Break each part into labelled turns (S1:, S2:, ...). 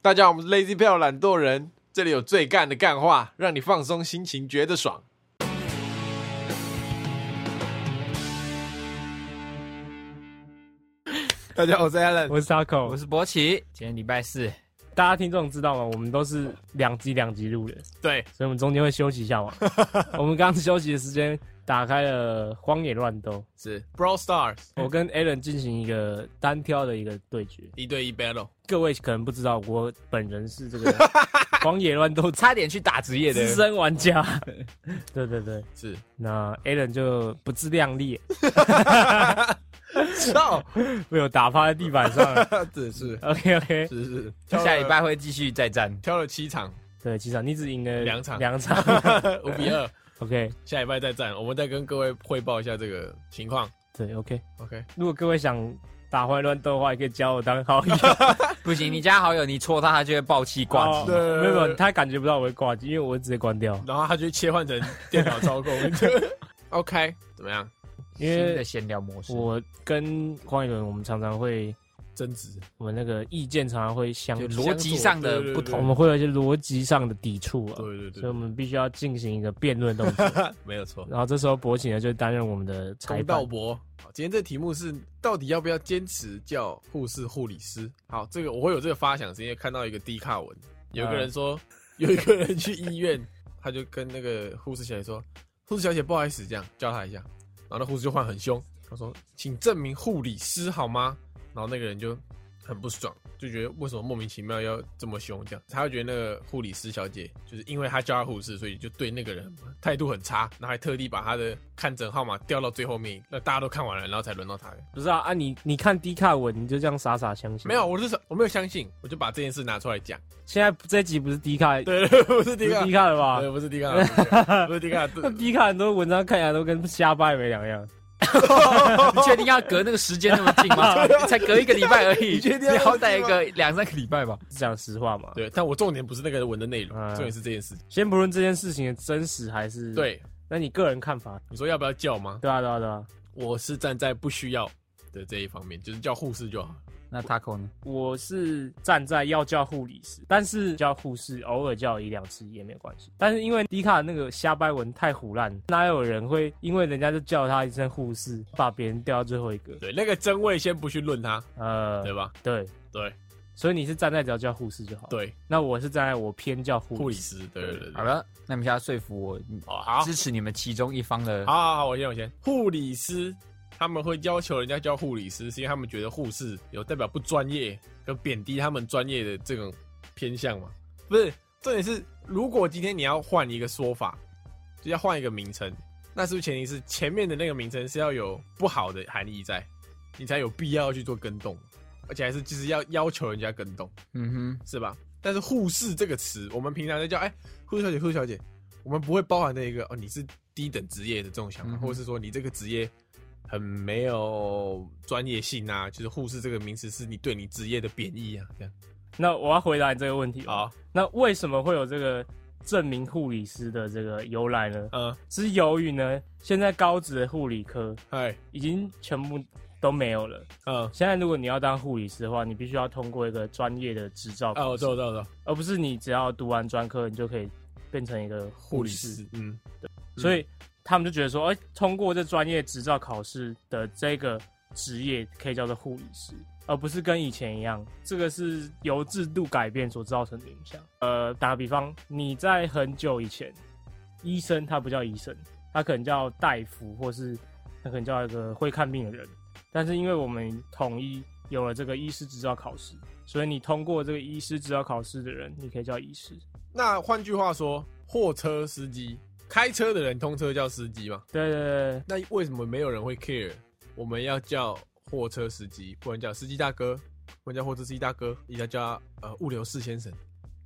S1: 大家好，我们是 Lazy 票懒惰人，这里有最干的干话，让你放松心情，觉得爽。
S2: 大家好，我是 Alan。
S3: 我是 Taco，
S4: 我是博奇，今天礼拜四，
S3: 大家听众知道吗？我们都是两集两集录的，
S4: 对，
S3: 所以我们中间会休息一下嘛。我们刚休息的时间打开了《荒野乱斗》，
S4: 是 Brawl Stars
S3: 我跟 Alan 进行一个单挑的一个对决。
S4: 一对一 battle，
S3: 各位可能不知道，我本人是这个《荒野乱斗》
S4: 差点去打职业
S3: 资
S4: 的，
S3: 深玩家。对对对，
S4: 是
S3: 那 Alan 就不自量力，
S4: 到，
S3: 被我打趴在地板上了。
S1: 是是
S3: OK OK，
S1: 是是，
S4: 下礼拜会继续再战，
S1: 挑了七场，
S3: 对，机长你只赢了
S1: 两场
S3: 两场。
S1: 五比二，
S3: OK，
S1: 下礼拜再战，我们再跟各位汇报一下这个情况。
S3: 对 OK。
S1: OK，
S3: 如果各位想打坏乱斗的话，也可以加我当好友。
S4: 不行，你加好友，你戳他，他就会爆气挂机。
S1: 哦对
S3: 没有没有，他感觉不到我会挂机，因为我会直接关掉。
S1: 然后他就切换成电脑 操控。OK，怎么样？
S3: 因
S4: 新的
S3: 为
S4: 闲聊模式，
S3: 我跟黄一伦，我们常常会，
S1: 争执
S3: 我们那个意见常常会相
S4: 就
S3: 左，
S4: 逻辑上的不
S3: 我
S4: 同，
S3: 们会有一些逻辑上的抵触啊，
S1: 对对
S3: 所以
S1: 对，
S3: 我们必须要进行一个辩论动 作。
S1: 没有错。
S3: 然后这时候博景呢就担任我们的裁
S1: 公道
S3: 判。
S1: 博。好今天这题目是到底要不要坚持叫护士护理师？好，这个我会有这个发想，是因为看到一个低卡文，有个人说、有一个人去医院，他就跟那个护士小姐说：“护士小姐，不好意思，这样叫他一下。”然后那护士就换很凶，他说：“请证明护理师好吗？”然后那个人就很不爽，就觉得为什么莫名其妙要这么凶这样？他会觉得那个护理师小姐就是因为她叫她护士，所以就对那个人态度很差，然后还特地把她的看诊号码调到最后面，那大家都看完了，然后才轮到她。
S3: 不是啊啊，你你看低卡文，你就这样傻傻相信？
S1: 没有，，我是我没有相信，我就把这件事拿出来讲。
S3: 现在这一集不是低卡，不
S1: 对， 不是
S3: 是
S1: 迪卡，
S3: 低卡了吧
S1: 对，？不是迪 卡，不是迪卡，
S3: 那低卡很多文章看起来都跟瞎掰没两样。
S4: 你确定要隔那个时间那么近 吗？才隔一个礼拜而已，你好歹一个两三个礼拜吧。
S3: 讲实话嘛，
S1: 对，但我重点不是那个文的内容，
S3: 嗯
S1: 重点是这件事。
S3: 先不论这件事情的真实还是，
S1: 对，
S3: 那你个人看法？
S1: 你说要不要叫吗？
S3: 对啊，对啊，对啊，
S1: 我是站在不需要的这一方面，就是叫护士就好。
S4: 那 Taco 呢？
S3: 我是站在要叫护理师，但是叫护士偶尔叫一两次也没有关系。但是因为迪卡那个瞎掰文太胡乱，哪有人会因为人家就叫他一声护士，把别人调到最后一个？
S1: 对，那个真位先不去论它，
S3: 呃，
S1: 对吧？
S3: 对
S1: 对
S3: 所以你是站在只要叫护士就好。，
S1: 对，
S3: 那我是站在我偏叫护
S1: 护理
S3: 士。
S1: 师，对对对对。
S4: 好，了，那你们现在说服我，
S1: 哦好，
S4: 支持你们其中一方的
S1: 好好好，我先我先，护理师他们会要求人家叫护理师，是因为他们觉得护士有代表不专业跟贬低他们专业的这种偏向嘛？不是，重点是如果今天你要换一个说法，就要换一个名称，那是不是前提是前面的那个名称是要有不好的含义在，你才有必要去做跟动，而且还是就是要要求人家跟动。
S4: 嗯
S1: 是吧？但是护士这个词，我们平常在叫哎，护士小姐，护士小姐，我们不会包含那一个哦，你是低等职业的这种想法，
S4: 嗯哼
S1: 或者是说你这个职业很没有专业性啊，就是护士这个名词是你对你职业的贬义啊，这样
S3: 那我要回答你这个问题。哦
S1: 好，
S3: 那为什么会有这个证明护理师的这个由来呢？
S1: 嗯，
S3: 是由于呢，现在高职的护理科
S1: 嗨，
S3: 已经全部都没有了。
S1: 哎嗯，
S3: 现在如果你要当护理师的话，你必须要通过一个专业的执照，
S1: 啊，我知道，我知道，我知道，
S3: 而不是你只要读完专科，你就可以变成一个
S1: 护
S3: 护
S1: 理
S3: 师。
S1: 师，嗯，
S3: 所以他们就觉得说，哎、通过这专业执照考试的这个职业可以叫做护理师，而不是跟以前一样。这个是由制度改变所造成的影响。呃，打个比方，你在很久以前，医生他不叫医生，他可能叫大夫，或是他可能叫一个会看病的人。但是因为我们统一有了这个医师执照考试，所以你通过这个医师执照考试的人，你可以叫医师。
S1: 那换句话说，货车司机开车的人通车叫司机嘛？
S3: 对对对，对
S1: 那为什么没有人会 care？我们要叫货车司机，不能叫司机大哥，不能叫货车司机大哥，应该叫他呃物流士先生。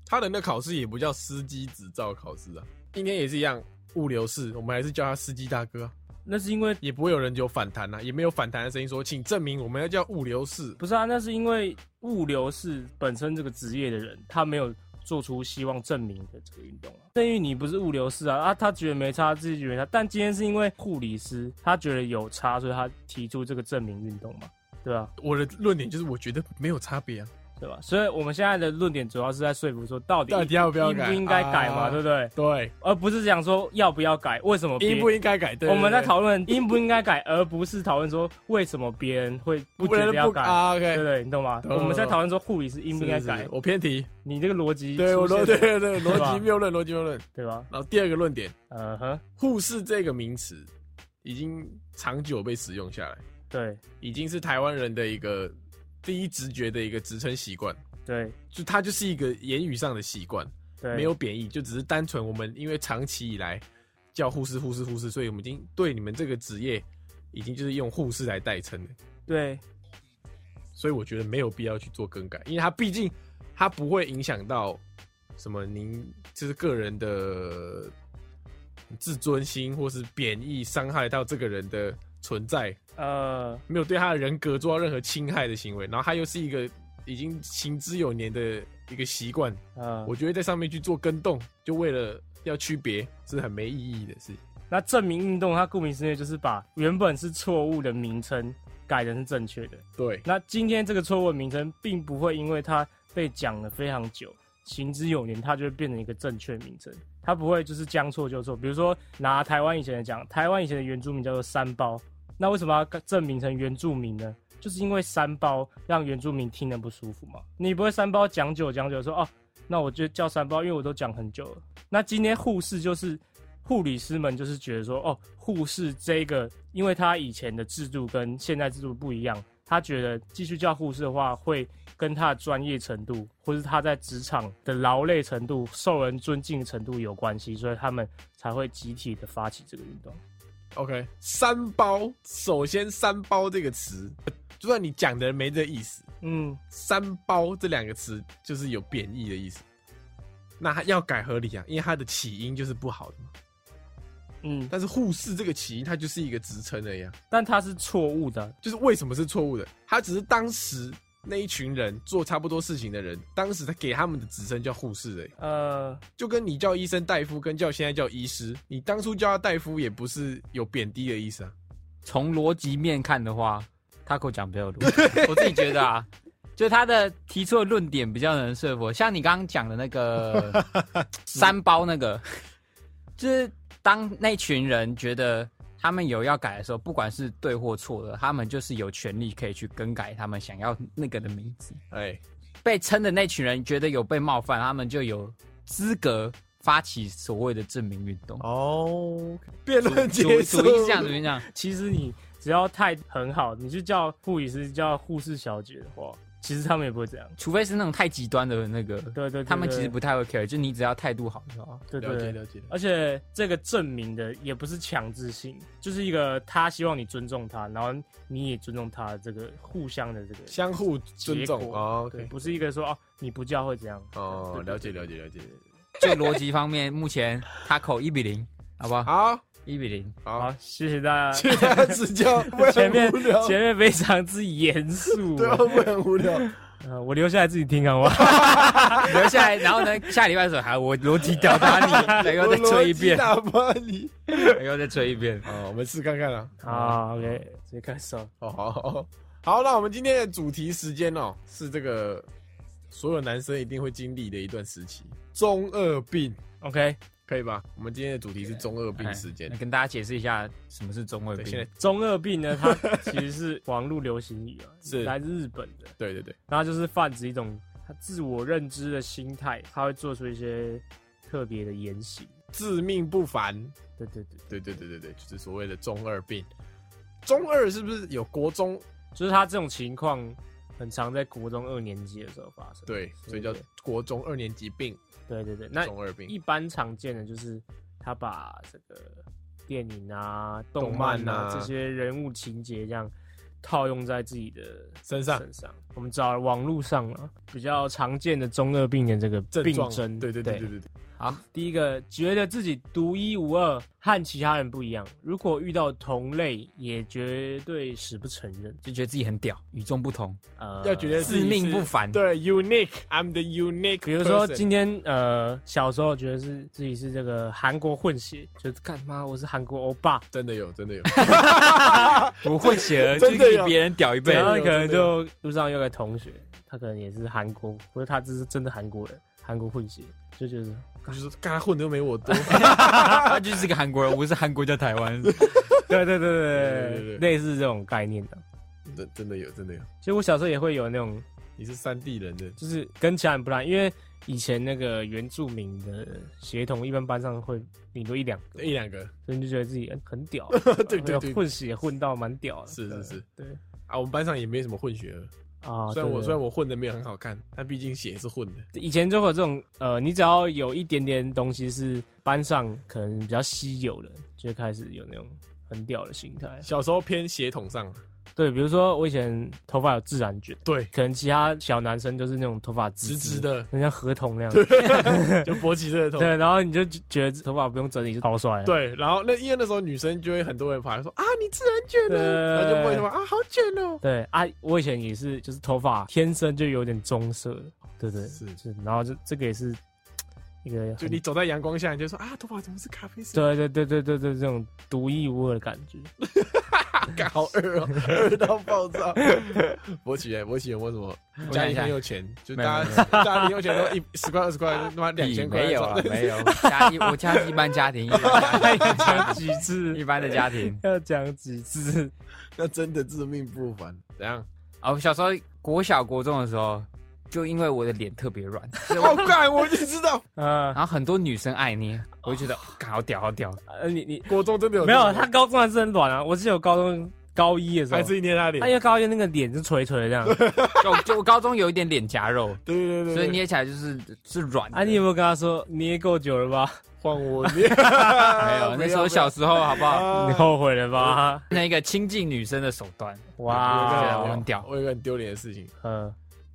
S1: 他的那考试也不叫司机执照考试啊，今天也是一样，物流士我们还是叫他司机大哥啊、
S3: 那是因为
S1: 也不会有人有反弹啊，也没有反弹的声音说，请证明我们要叫物流士。
S3: 不是啊，那是因为物流是本身这个职业的人，他没有做出希望证明的这个运动啊。正因为你不是物流师啊，啊，他觉得没差，自己觉得没差。但今天是因为护理师他觉得有差，所以他提出这个证明运动嘛，对吧、
S1: 我的论点就是，我觉得没有差别啊，
S3: 对吧？所以我们现在的论点主要是在说服说，到底
S2: 到底要不要
S3: 应
S2: 改？
S3: 不应该改嘛，
S2: 啊
S3: 对不对？
S2: 对，
S3: 而不是讲说要不要改，为什么别
S2: 应不应该改？对，对
S3: 我们在
S2: 对
S3: 讨论应不应该改，而不是讨论说为什么别人会不
S2: 不
S3: 觉
S2: 能
S3: 得要
S2: 不
S3: 改，
S2: 啊
S3: 对不
S2: ，OK，
S3: 对？你懂吗？
S2: 懂
S3: 我们在
S2: 懂
S3: 讨论说护理师应不应该
S1: 是是
S3: 改
S1: 是，我偏题，
S3: 你这个逻辑
S2: 对我
S3: 出
S2: 逻
S3: 现
S2: 对
S3: 了
S2: 对对
S3: 对吧
S2: 逻
S1: 逻辑谬论，逻辑谬论。
S3: 对吧？
S1: 然后第二个论点，
S3: 嗯哼，
S1: 护士这个名词已经长久被使用下来，
S3: 对
S1: 已经是台湾人的一个第一直觉的一个职称习惯，
S3: 对
S1: 就它就是一个言语上的习惯，
S3: 对，
S1: 没有贬义，就只是单纯我们因为长期以来叫护士、护士、护士，所以我们已经对你们这个职业已经就是用护士来代称了，
S3: 对
S1: 所以我觉得没有必要去做更改，因为它毕竟它不会影响到什么您就是个人的自尊心，或是贬义伤害到这个人的存在，
S3: 呃
S1: 没有对他的人格做到任何侵害的行为，然后他又是一个已经行之有年的一个习惯，
S3: 呃
S1: 我，觉得在上面去做跟动，就为了要区别，是很没意义的事。
S3: 那证明运动它顾名思义就是把原本是错误的名称改成是正确的。
S1: 对，
S3: 那今天这个错误的名称，并不会因为它被讲了非常久，行之有年，它就会变成一个正确名称。它不会就是将错就错。比如说拿台湾以前的讲，台湾以前的原住民叫做三包，那为什么要证明成原住民呢？就是因为三包让原住民听得不舒服嘛。你不会三包讲久讲久说哦，那我就叫三包，因为我都讲很久了。那今天护士就是护理师们就是觉得说，哦，护士这个，因为他以前的制度跟现在制度不一样，他觉得继续叫护士的话，会跟他的专业程度，或是他在职场的劳累程度、受人尊敬程度有关系，所以他们才会集体的发起这个运动。
S1: OK，三包，首先“三包”这个词，就算你讲的人没这意思，“
S3: 嗯，
S1: 三包”这两个词就是有贬义的意思。那它要改合理啊，因为它的起因就是不好的嘛。
S3: 嗯，
S1: 但是护士这个起因，它就是一个职称而已啊。
S3: 但他是错误的，
S1: 就是为什么是错误的？他只是当时那一群人做差不多事情的人，当时他给他们的职称叫护士、欸，
S3: 呃，
S1: 就跟你叫医生大夫，跟叫现在叫医师，你当初叫他大夫也不是有贬低的意思啊。
S4: 从逻辑面看的话，Taco 讲比较有逻辑，我自己觉得啊，就他的提出的论点比较能说服我。像你刚刚讲的那个三包那个，就是当那群人觉得他们有要改的时候，不管是对或错的，他们就是有权利可以去更改他们想要那个的名字。
S1: 哎、
S4: 被称的那群人觉得有被冒犯，他们就有资格发起所谓的证明运动。
S1: 哦，辩论
S4: 主
S1: 结束
S4: 主意是这样，主意是这样。
S3: 其实你嗯只要态度很好，你就叫护理师、叫护士小姐的话，其实他们也不会这样。
S4: 除非是那种太极端的那个，
S3: 对对对，
S4: 他们其
S3: 对
S4: 实不太会 care，就你只要态度好就好。
S3: 对对
S1: 了解
S3: 对
S1: 了解。
S3: 而且这个证明的也不是强制性，就是一个他希望你尊重他，然后你也尊重他的这个互相的这个
S1: 相互尊重
S3: 结果
S1: 哦
S3: 对，
S1: ，OK，
S3: 不是一个说哦你不叫会怎样
S1: 哦，了解了解了解。
S4: 就逻辑方面，目前 Taco 一比零，好不好？
S1: 好
S4: 一比零，
S1: 好
S3: 好，，谢谢大家。
S1: 谢谢大家指教，会
S3: 前面
S1: 很啊 无聊，
S3: 前面非常之严 肃，
S1: 对啊，会很无聊。
S3: 呃，我留下来自己听好 不好？
S4: 留下 来，然后呢，下礼拜的时候还我逻辑吊打 你，然后再吹一遍，
S1: 打发你。
S4: 然后再吹一遍。哎
S1: 哦，我们试看看啊。
S3: 啊，OK，直接开始哦。
S1: 哦，好好好好，那我们今天的主题时间哦，是这个所有男生一定会经历的一段时期——中二病，
S3: OK，
S1: 可以吧？我们今天的主题是中二病时间
S4: 哎那。跟大家解释一下什么是中二
S1: 对，
S4: 病。
S1: 现在
S3: 中二病呢，它其实是网络流行语啊，
S1: 是
S3: 来自日本的。
S1: 对对对，
S3: 然后就是泛指一种他自我认知的心态，他会做出一些特别的言行。
S1: 自命不凡，
S3: 对对对，
S1: 对对对对对，就是所谓的中二病。中二是不是有国中？
S3: 就是他这种情况很常在国中二年级的时候发生。
S1: 对，所以叫国中二年级病，
S3: 对对对。那
S1: 中二病。
S3: 一般常见的就是他把这个电影啊、动
S1: 动
S3: 漫
S1: 漫啊
S3: 啊这些人物情节这样套用在自己的
S1: 身上
S3: 身上。我们找了网络上啊比较常见的中二病的这个
S1: 症
S3: 病
S1: 状，
S3: 症，
S1: 对对对对对对，
S3: 第一个，觉得自己独一无二，和其他人不一样。如果遇到同类，也绝对死不承认。
S4: 就觉得自己很屌，与众不同，
S3: 呃，
S1: 要觉得自己
S4: 自
S1: 是
S4: 命不 凡。
S1: 对，unique，I'm the unique person。
S3: 比如说今天呃，小时候觉得是自己是这个韩国混血，就是干妈我是韩国欧巴，
S1: 真的有，真的有，
S4: 不混血儿，
S1: 真的
S4: 比别人屌一
S1: 对
S4: 倍
S3: 然
S1: 啊
S3: 后可能就路上有个同学，他可能也是韩国，或者他只是真的韩国人，韩国混血，就觉得
S1: 我就说干他混的又没我多，
S4: 他就是个韩国人，我是韩国叫台湾，
S3: 对对
S1: 对
S3: 对
S1: 对对
S3: 对对，类似这种概念的。
S1: 真真的有真的有，
S3: 其实我小时候也会有那种，
S1: 你是三地人的，
S3: 就是跟其他人不一样，因为以前那个原住民的协同，一般班上会顶多一两个，
S1: 一两个
S3: 所以你就觉得自己嗯很屌，
S1: 对对
S3: 那个
S1: 对
S3: 混血混到蛮屌的，
S1: 是是是
S3: 对
S1: 啊，我们班上也没什么混血儿，
S3: 啊。
S1: 虽然我
S3: 对对
S1: 虽然我混的没有很好看，但毕竟血是混的，
S3: 以前就会有这种，呃，你只要有一点点东西是班上可能比较稀有的，就会开始有那种很屌的心态。
S1: 小时候偏血统上，
S3: 对，比如说我以前头发有自然卷，
S1: 对，
S3: 可能其他小男生就是那种头发
S1: 直
S3: 直
S1: 直，的，
S3: 很像合同那样。
S1: 就勃起这个头。
S3: 对，然后你就觉得头发不用整理就超帅。，啊
S1: 对，然后那因为那时候女生就会很多人跑来说啊，你自然卷
S3: 对
S1: 了，然后就不会说啊，好卷哦。
S3: 对啊，我以前也是，就是头发天生就有点棕色的，对对
S1: 是
S3: 是，然后就这个也是一个很
S1: 就你走在阳光下，你就说啊，头发怎么是咖啡色？
S3: 对对对对对对这种独一无二的感觉。
S1: 干好饿哦，饿到爆 炸。博起哎，博起有没有什么？
S4: 我
S1: 家
S4: 想
S1: 里
S4: 一下
S1: 很有钱，就
S4: 没有
S1: 大
S4: 没
S1: 家大 家零用钱都一十块二十块， 他妈 两千块
S4: 没有
S1: 啊
S4: 啊，，没有，家一我家一般家庭，一般家
S3: 要讲几次
S4: 一？般的家庭。
S3: 要讲几次？
S1: 那真的致命不凡。怎样？
S4: 啊，我小时候国小国中的时候，就因为我的脸特别软，所以
S1: 好
S4: 我
S1: 干，我就知道，
S3: 啊，
S4: 然后很多女生爱捏，我就觉得干好屌好屌。
S3: 呃你你
S1: 国中真的有
S3: 没
S1: 这
S3: 有？
S1: 种
S3: 他高中还是很软啊，我记得我高中高一的时候啊
S1: 还，是一捏他脸
S4: 哎
S3: 他因？为高一那个脸是垂垂的这样。
S4: 就就我高中有一点脸颊肉，
S1: 对对对，
S4: 所以
S1: 对
S4: 捏起来就是是软的。
S3: 啊，你有没有跟他说你也够久了吧？
S1: 换我 捏，
S4: 没
S1: 没
S4: 有？哎那时候小时候好不好？
S3: 你后悔了吧？
S4: 那一个亲近女生的手段，
S1: 啊
S4: 啊
S1: 我有
S4: 我
S3: 哇
S1: 一
S4: 很
S1: 个
S4: 屌
S1: 我有一个很丢脸的事情，
S3: 嗯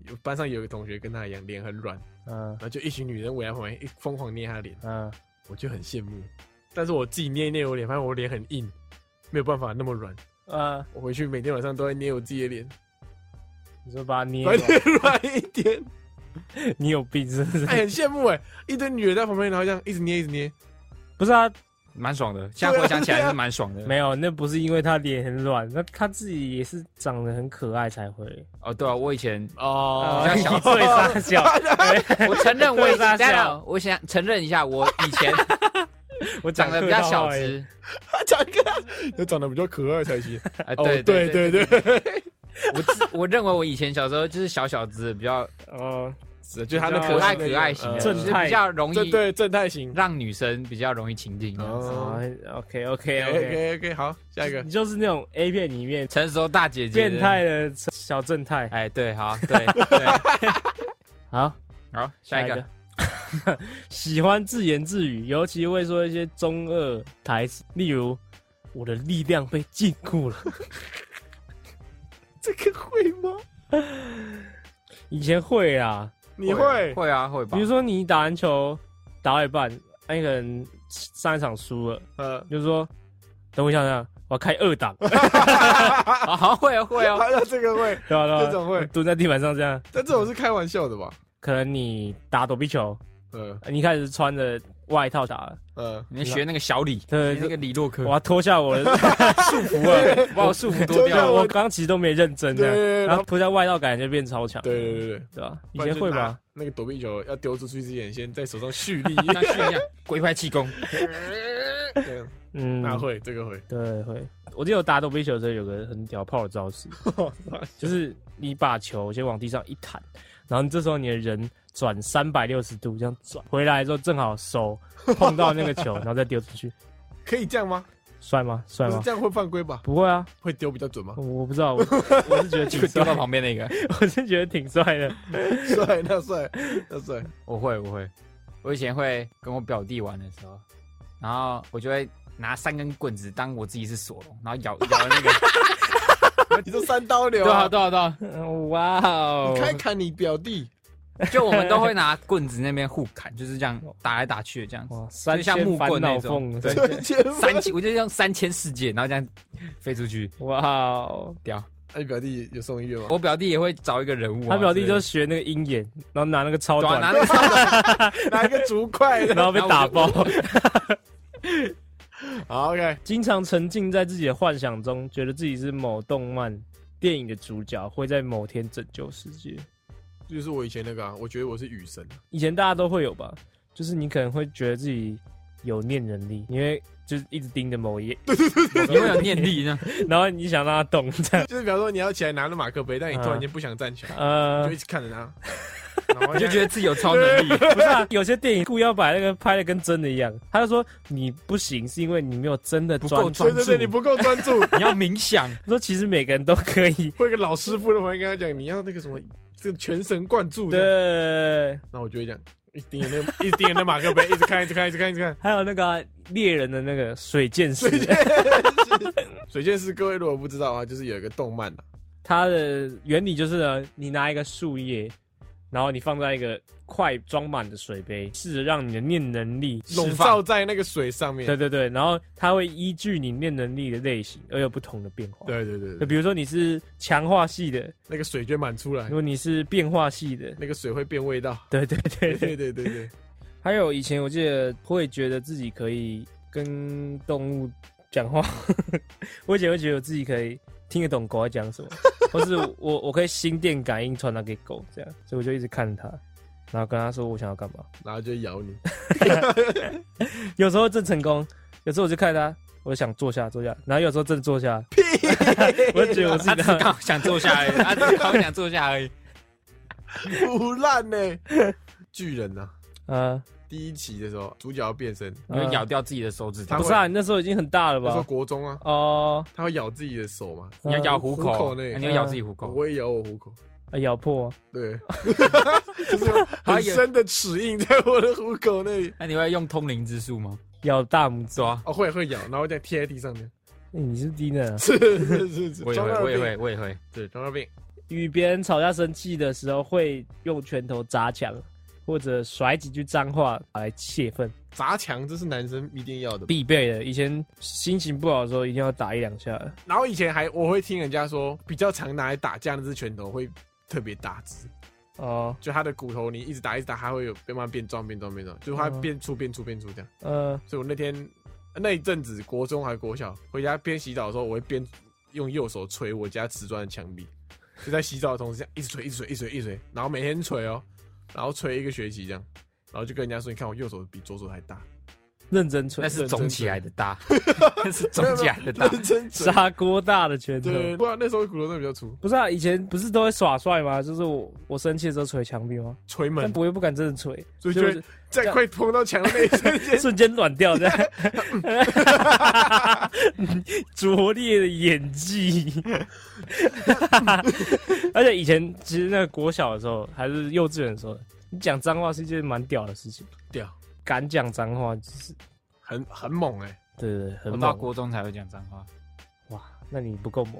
S1: 有班上有一个同学跟他一样脸很软，
S3: 嗯
S1: 然后就一群女人围在旁边一疯狂捏他的脸，
S3: 嗯，
S1: 我就很羡慕。但是我自己捏一捏我脸，发现我脸很硬，没有办法那么软。
S3: 呃，
S1: 我回去每天晚上都在捏我自己的脸，
S3: 你说把 它捏
S1: 把
S3: 软，
S1: 脸软一点。
S3: 你有病是不是
S1: 哎，？很羡慕哎，一堆女人在旁边，然后这样一直捏一直捏。
S3: 不是啊，
S4: 蛮爽的。现在回想起来是蛮爽的。
S3: 没有，那不是因为他脸很软，那他自己也是长得很可爱才会。
S4: 哦，对啊，我以前
S1: 哦
S4: 比较小
S3: 最 傻笑，
S4: 我承认我以
S3: 对大
S4: 前，
S3: 笑
S4: 等等我想承认一下，我以前
S3: 我
S4: 长得比较小只，
S1: 长得要长得比较可爱才行。
S4: 啊，
S1: 哦，
S4: 对
S1: 对
S4: 对，
S1: 对对，
S4: 我自我认为我以前小时候就是小小只，比较
S3: 哦，
S1: 是就他那
S4: 可爱
S1: 那个
S4: 可爱型的，
S1: 呃
S4: 就
S3: 正
S4: 是
S3: 太
S4: 比较容
S1: 正
S4: 易
S1: 对正太型。
S4: 让女生比较容易亲近。
S3: 哦
S1: 哦
S3: ，OK OK OK，
S1: ，OK OK，好，下一个
S3: 你就是那种 A 片里面
S4: 成熟大姐姐，
S3: 变态。的小正太。
S4: 哎，对，好，对 对，
S3: 好，
S4: 好，下一个，。啊
S3: 喜欢自言自语，尤其会说一些中二台词，例如“我的力量被禁锢了
S1: 这个会吗？”。
S3: 以前会啊，
S1: 你会？
S4: 会啊会吧
S3: 比如？说你打篮球打到一半，那个人上一场输了，
S1: 呃，
S3: 就说：“等我一下，等我一下我要开二档。”
S4: 啊，好会哦会 哦，
S1: 好像这个会，
S3: 对啊，对啊
S1: 这种会
S3: 蹲在地板上这样。
S1: 但这种是开玩笑的吧？
S3: 可能你打躲避球，
S1: 呃
S3: 你一开始穿着外套打了，
S1: 呃，
S4: 你学那个小李，
S3: 对
S4: 学那个李洛克
S3: 我，要脱下我的 束缚了，
S4: 把我束缚脱
S1: 对啊
S4: 掉
S3: 我
S1: 我
S3: 我刚其实都没认真啊
S1: 对
S3: 的，
S1: 对
S3: 然后脱下外套感觉就变超强，
S1: 对对对对，
S3: 对吧？以
S1: 不然
S3: 前
S1: 就
S3: 会
S1: 拿
S3: 吧？？
S1: 那个躲避球要丢出去之前，先在手上蓄力，
S4: 那训一下龟派气 功，
S1: 这样
S3: 嗯，
S1: 那会这个会，
S3: 对会。我记得我打躲避球的时候有个很屌炮的招式，就是你把球先往地上一弹，然后你这时候你的人转三百六十度这样转回来之后，正好手碰到那个球，然后再丢出去，
S1: 可以这样吗？
S3: 帅吗？帅
S1: 不
S4: 啊
S1: 是
S3: 吗？
S1: 这样会犯规吧？
S3: 不会啊，
S1: 会丢比较 准吗？
S3: 我不知道，我我是觉得挺
S4: 就丢
S3: 帅
S4: 到，旁边那个。
S3: 我是觉得挺帅的。
S1: 帅，那帅，那帅，
S4: 我会，我会。我以前会跟我表弟玩的时候，然后我就会拿三根棍子当我自己是索隆，然后咬 咬那个。
S1: 你这三刀流
S4: 对啊，
S1: 啊！
S4: 对啊啊，对啊。
S3: 嗯哇哦
S1: 你看看你表弟，
S4: 就我们都会拿棍子那边互砍，就是这样打来打去的这样子。
S3: 哇，三
S4: 就像
S3: 千
S4: 木
S3: 烦
S4: 棍
S3: 恼
S4: 那种
S3: 缝，
S4: 对
S1: 瞬间
S4: 三千，我就用三千世界，然后这样飞出去，
S3: 哇哦！
S4: 屌！
S1: 哎，你表弟有送医院吗？
S4: 我表弟也会找一个人物啊、
S3: 他表弟就
S4: 之
S3: 学那个鹰眼，然后拿那个超
S4: 类的对啊
S3: 短，
S4: 拿那个超短，
S1: 拿一个竹筷 的。
S3: 然后被打爆，
S1: 好，OK，
S3: 经常沉浸在自己的幻想中，觉得自己是某动漫电影的主角会在某天拯救世界。
S1: 这就是我以前那个啊，我觉得我是雨神，啊
S3: 以前大家都会有吧，就是你可能会觉得自己有念能力，因为就是一直盯着某一页，
S4: 有没有念力呢？
S3: 然后你想让它动这样，
S1: 就是比方说你要起来拿着马克杯，但你突然
S4: 嗯
S1: 间不想站起来，你
S3: 呃
S1: 就一，直看着 他，然后
S4: 我就觉得自己有超能力，
S3: 不是啊，有些电影故意要把那个拍的跟真的一样，他就说你不行是因为你没有真的
S4: 不
S3: 专
S4: 够
S3: 注。
S1: 对对对，你不够专注。
S4: 你要冥想，
S3: 说其实每个人都可以。
S1: 会有一个老师傅的朋友跟他讲，你要那个什么，这个全神贯注的。
S3: 对，
S1: 那我就会讲，一直盯着那 个，一直盯着那马克杯，一直看，一直看，一直看，一直看。
S3: 还有那个啊猎、人的那个水剑士，
S1: 水剑士，各位如果不知道啊，就是有一个动漫啊，
S3: 它的原理就是呢，你拿一个树叶，然后你放在一个快装满的水杯，试着让你的念能力
S1: 笼
S4: 释放
S1: 罩在那个水上面。
S3: 对对对，然后它会依据你念能力的类型而有不同的变化。，
S1: 对对对
S3: 就
S1: 对，
S3: 比如说你是强化系的，
S1: 那个水就会满出来
S3: 如，果你是变化系的，
S1: 那个水会变味道。
S3: 对对对
S1: 对
S3: 对。
S1: 对对对对，
S3: 还有以前我记得会觉得自己可以跟动物讲话， 我以前会觉得我自己可以听得懂狗在讲 什么，或是我我可以心电感应传达给狗这样，所以我就一直看它，然后跟它说我想要干嘛。
S1: 然后就咬你。
S3: 有时候真成功，有时候我就看它，我想坐下坐下，然后有时候真坐 下，我就觉得我自
S4: 他
S3: 己
S4: 只
S3: 当
S4: 是刚好想坐下而已，他只是刚好想坐下而已。
S1: 腐烂呢。巨人呐、啊，
S3: 呃，
S1: 第一期的时候，主角要变身，
S3: 嗯
S4: 你会咬掉自己的手指
S1: 他
S4: 头
S3: 不，是啊，你那时候已经很大了
S1: 那时候
S3: 吧？
S1: 国中啊，
S3: 哦、
S1: 他会咬自己的手嘛，
S4: 你要
S3: 呃
S4: 咬虎
S1: 虎
S4: 口啊
S1: 口，那里
S4: 你要咬自己虎口，
S1: 我也咬我虎口，
S3: 啊咬破啊、
S1: 对，就是有很深的齿印在我的虎口那里，
S4: 那你会用通灵之术吗？
S3: 咬大拇指。
S4: 是啊，
S1: 哦，会会咬，然后再贴在地上面，
S3: 欸你是低能、啊。
S1: 是是是是，
S4: 我也
S1: 装
S4: 会，
S1: 二
S4: 我也
S1: 病，
S4: 会，我也会。
S1: 对，装二病，
S3: 与别人吵架生气的时候，会用拳头砸墙，或者甩几句脏话来泄愤，
S1: 砸墙这是男生一定要的，
S3: 必备的。以前心情不好的时候，一定要打一两下的。
S1: 然后以前还我会听人家说，比较常拿来打架那只拳头会特别大只，
S3: 哦，
S1: 就它的骨头你一直打一直打，它会有慢慢变壮变壮变壮，就是它
S3: 嗯
S1: 变粗变粗变粗这样。
S3: 呃，
S1: 所以我那天那一阵子，国中还国小，回家边洗澡的时候，我会边用右手捶我家瓷砖的墙壁，就在洗澡的同时，这样一直捶，一直捶，一直捶，一直捶，然后每天捶哦，然后捶一个学期这样，然后就跟人家说，你看我右手比左手还大，
S3: 认真
S4: 那
S3: 捶，
S4: 是 肿起来的大， 那是肿起来的大。
S1: 认真捶。
S3: 砂锅大的拳头。
S1: 对，不然那时候骨头真的比较粗，
S3: 不是啊，以前不是都会耍帅吗？就是我我生气的时候捶墙壁吗？
S1: 捶
S3: 但
S1: 门，
S3: 我又不敢真的捶，
S1: 所以就
S3: 所以
S1: 会
S3: 我
S1: 在快碰到墙的那一瞬
S3: 就
S1: 间，
S3: 瞬间软掉这样。 拙劣的演技， 而且以前其实那个国小的时候，还是幼稚园的时候，你讲脏话是一件蛮屌的事情，
S1: 掉，
S3: 敢讲脏话就是
S1: 很很猛哎、
S3: 对对对，
S4: 我
S3: 很
S4: 到
S3: 猛。
S4: 国中才会讲脏话，
S3: 哇，那你不够猛，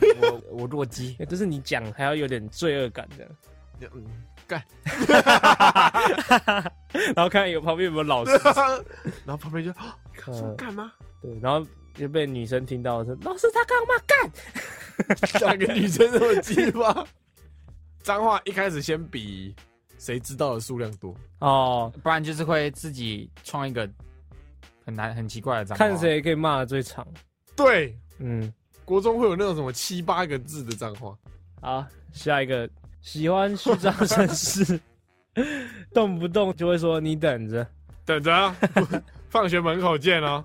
S3: 欸
S4: 我我弱鸡。
S3: 就是你讲还要有点罪恶感这样。
S1: 嗯，
S3: 然后看有旁边有没有老 师，
S1: 然后旁边 就啊说
S3: 呃
S1: 干嘛？
S3: 对，然后就被女生听到说老师他刚骂干，
S1: 哪个女生那么鸡巴？ 脏话一开始先比谁知道的数量多，
S3: 哦，
S4: 不然就是会自己创一个很难很奇怪的账号。
S3: 看谁可以骂的最长。
S1: 对，
S3: 嗯，
S1: 国中会有那种什么七八个字的脏话，
S3: 好，下一个喜欢虚张声势，动不动就会说你等着。
S1: 等着、 啊，放学门口见 哦。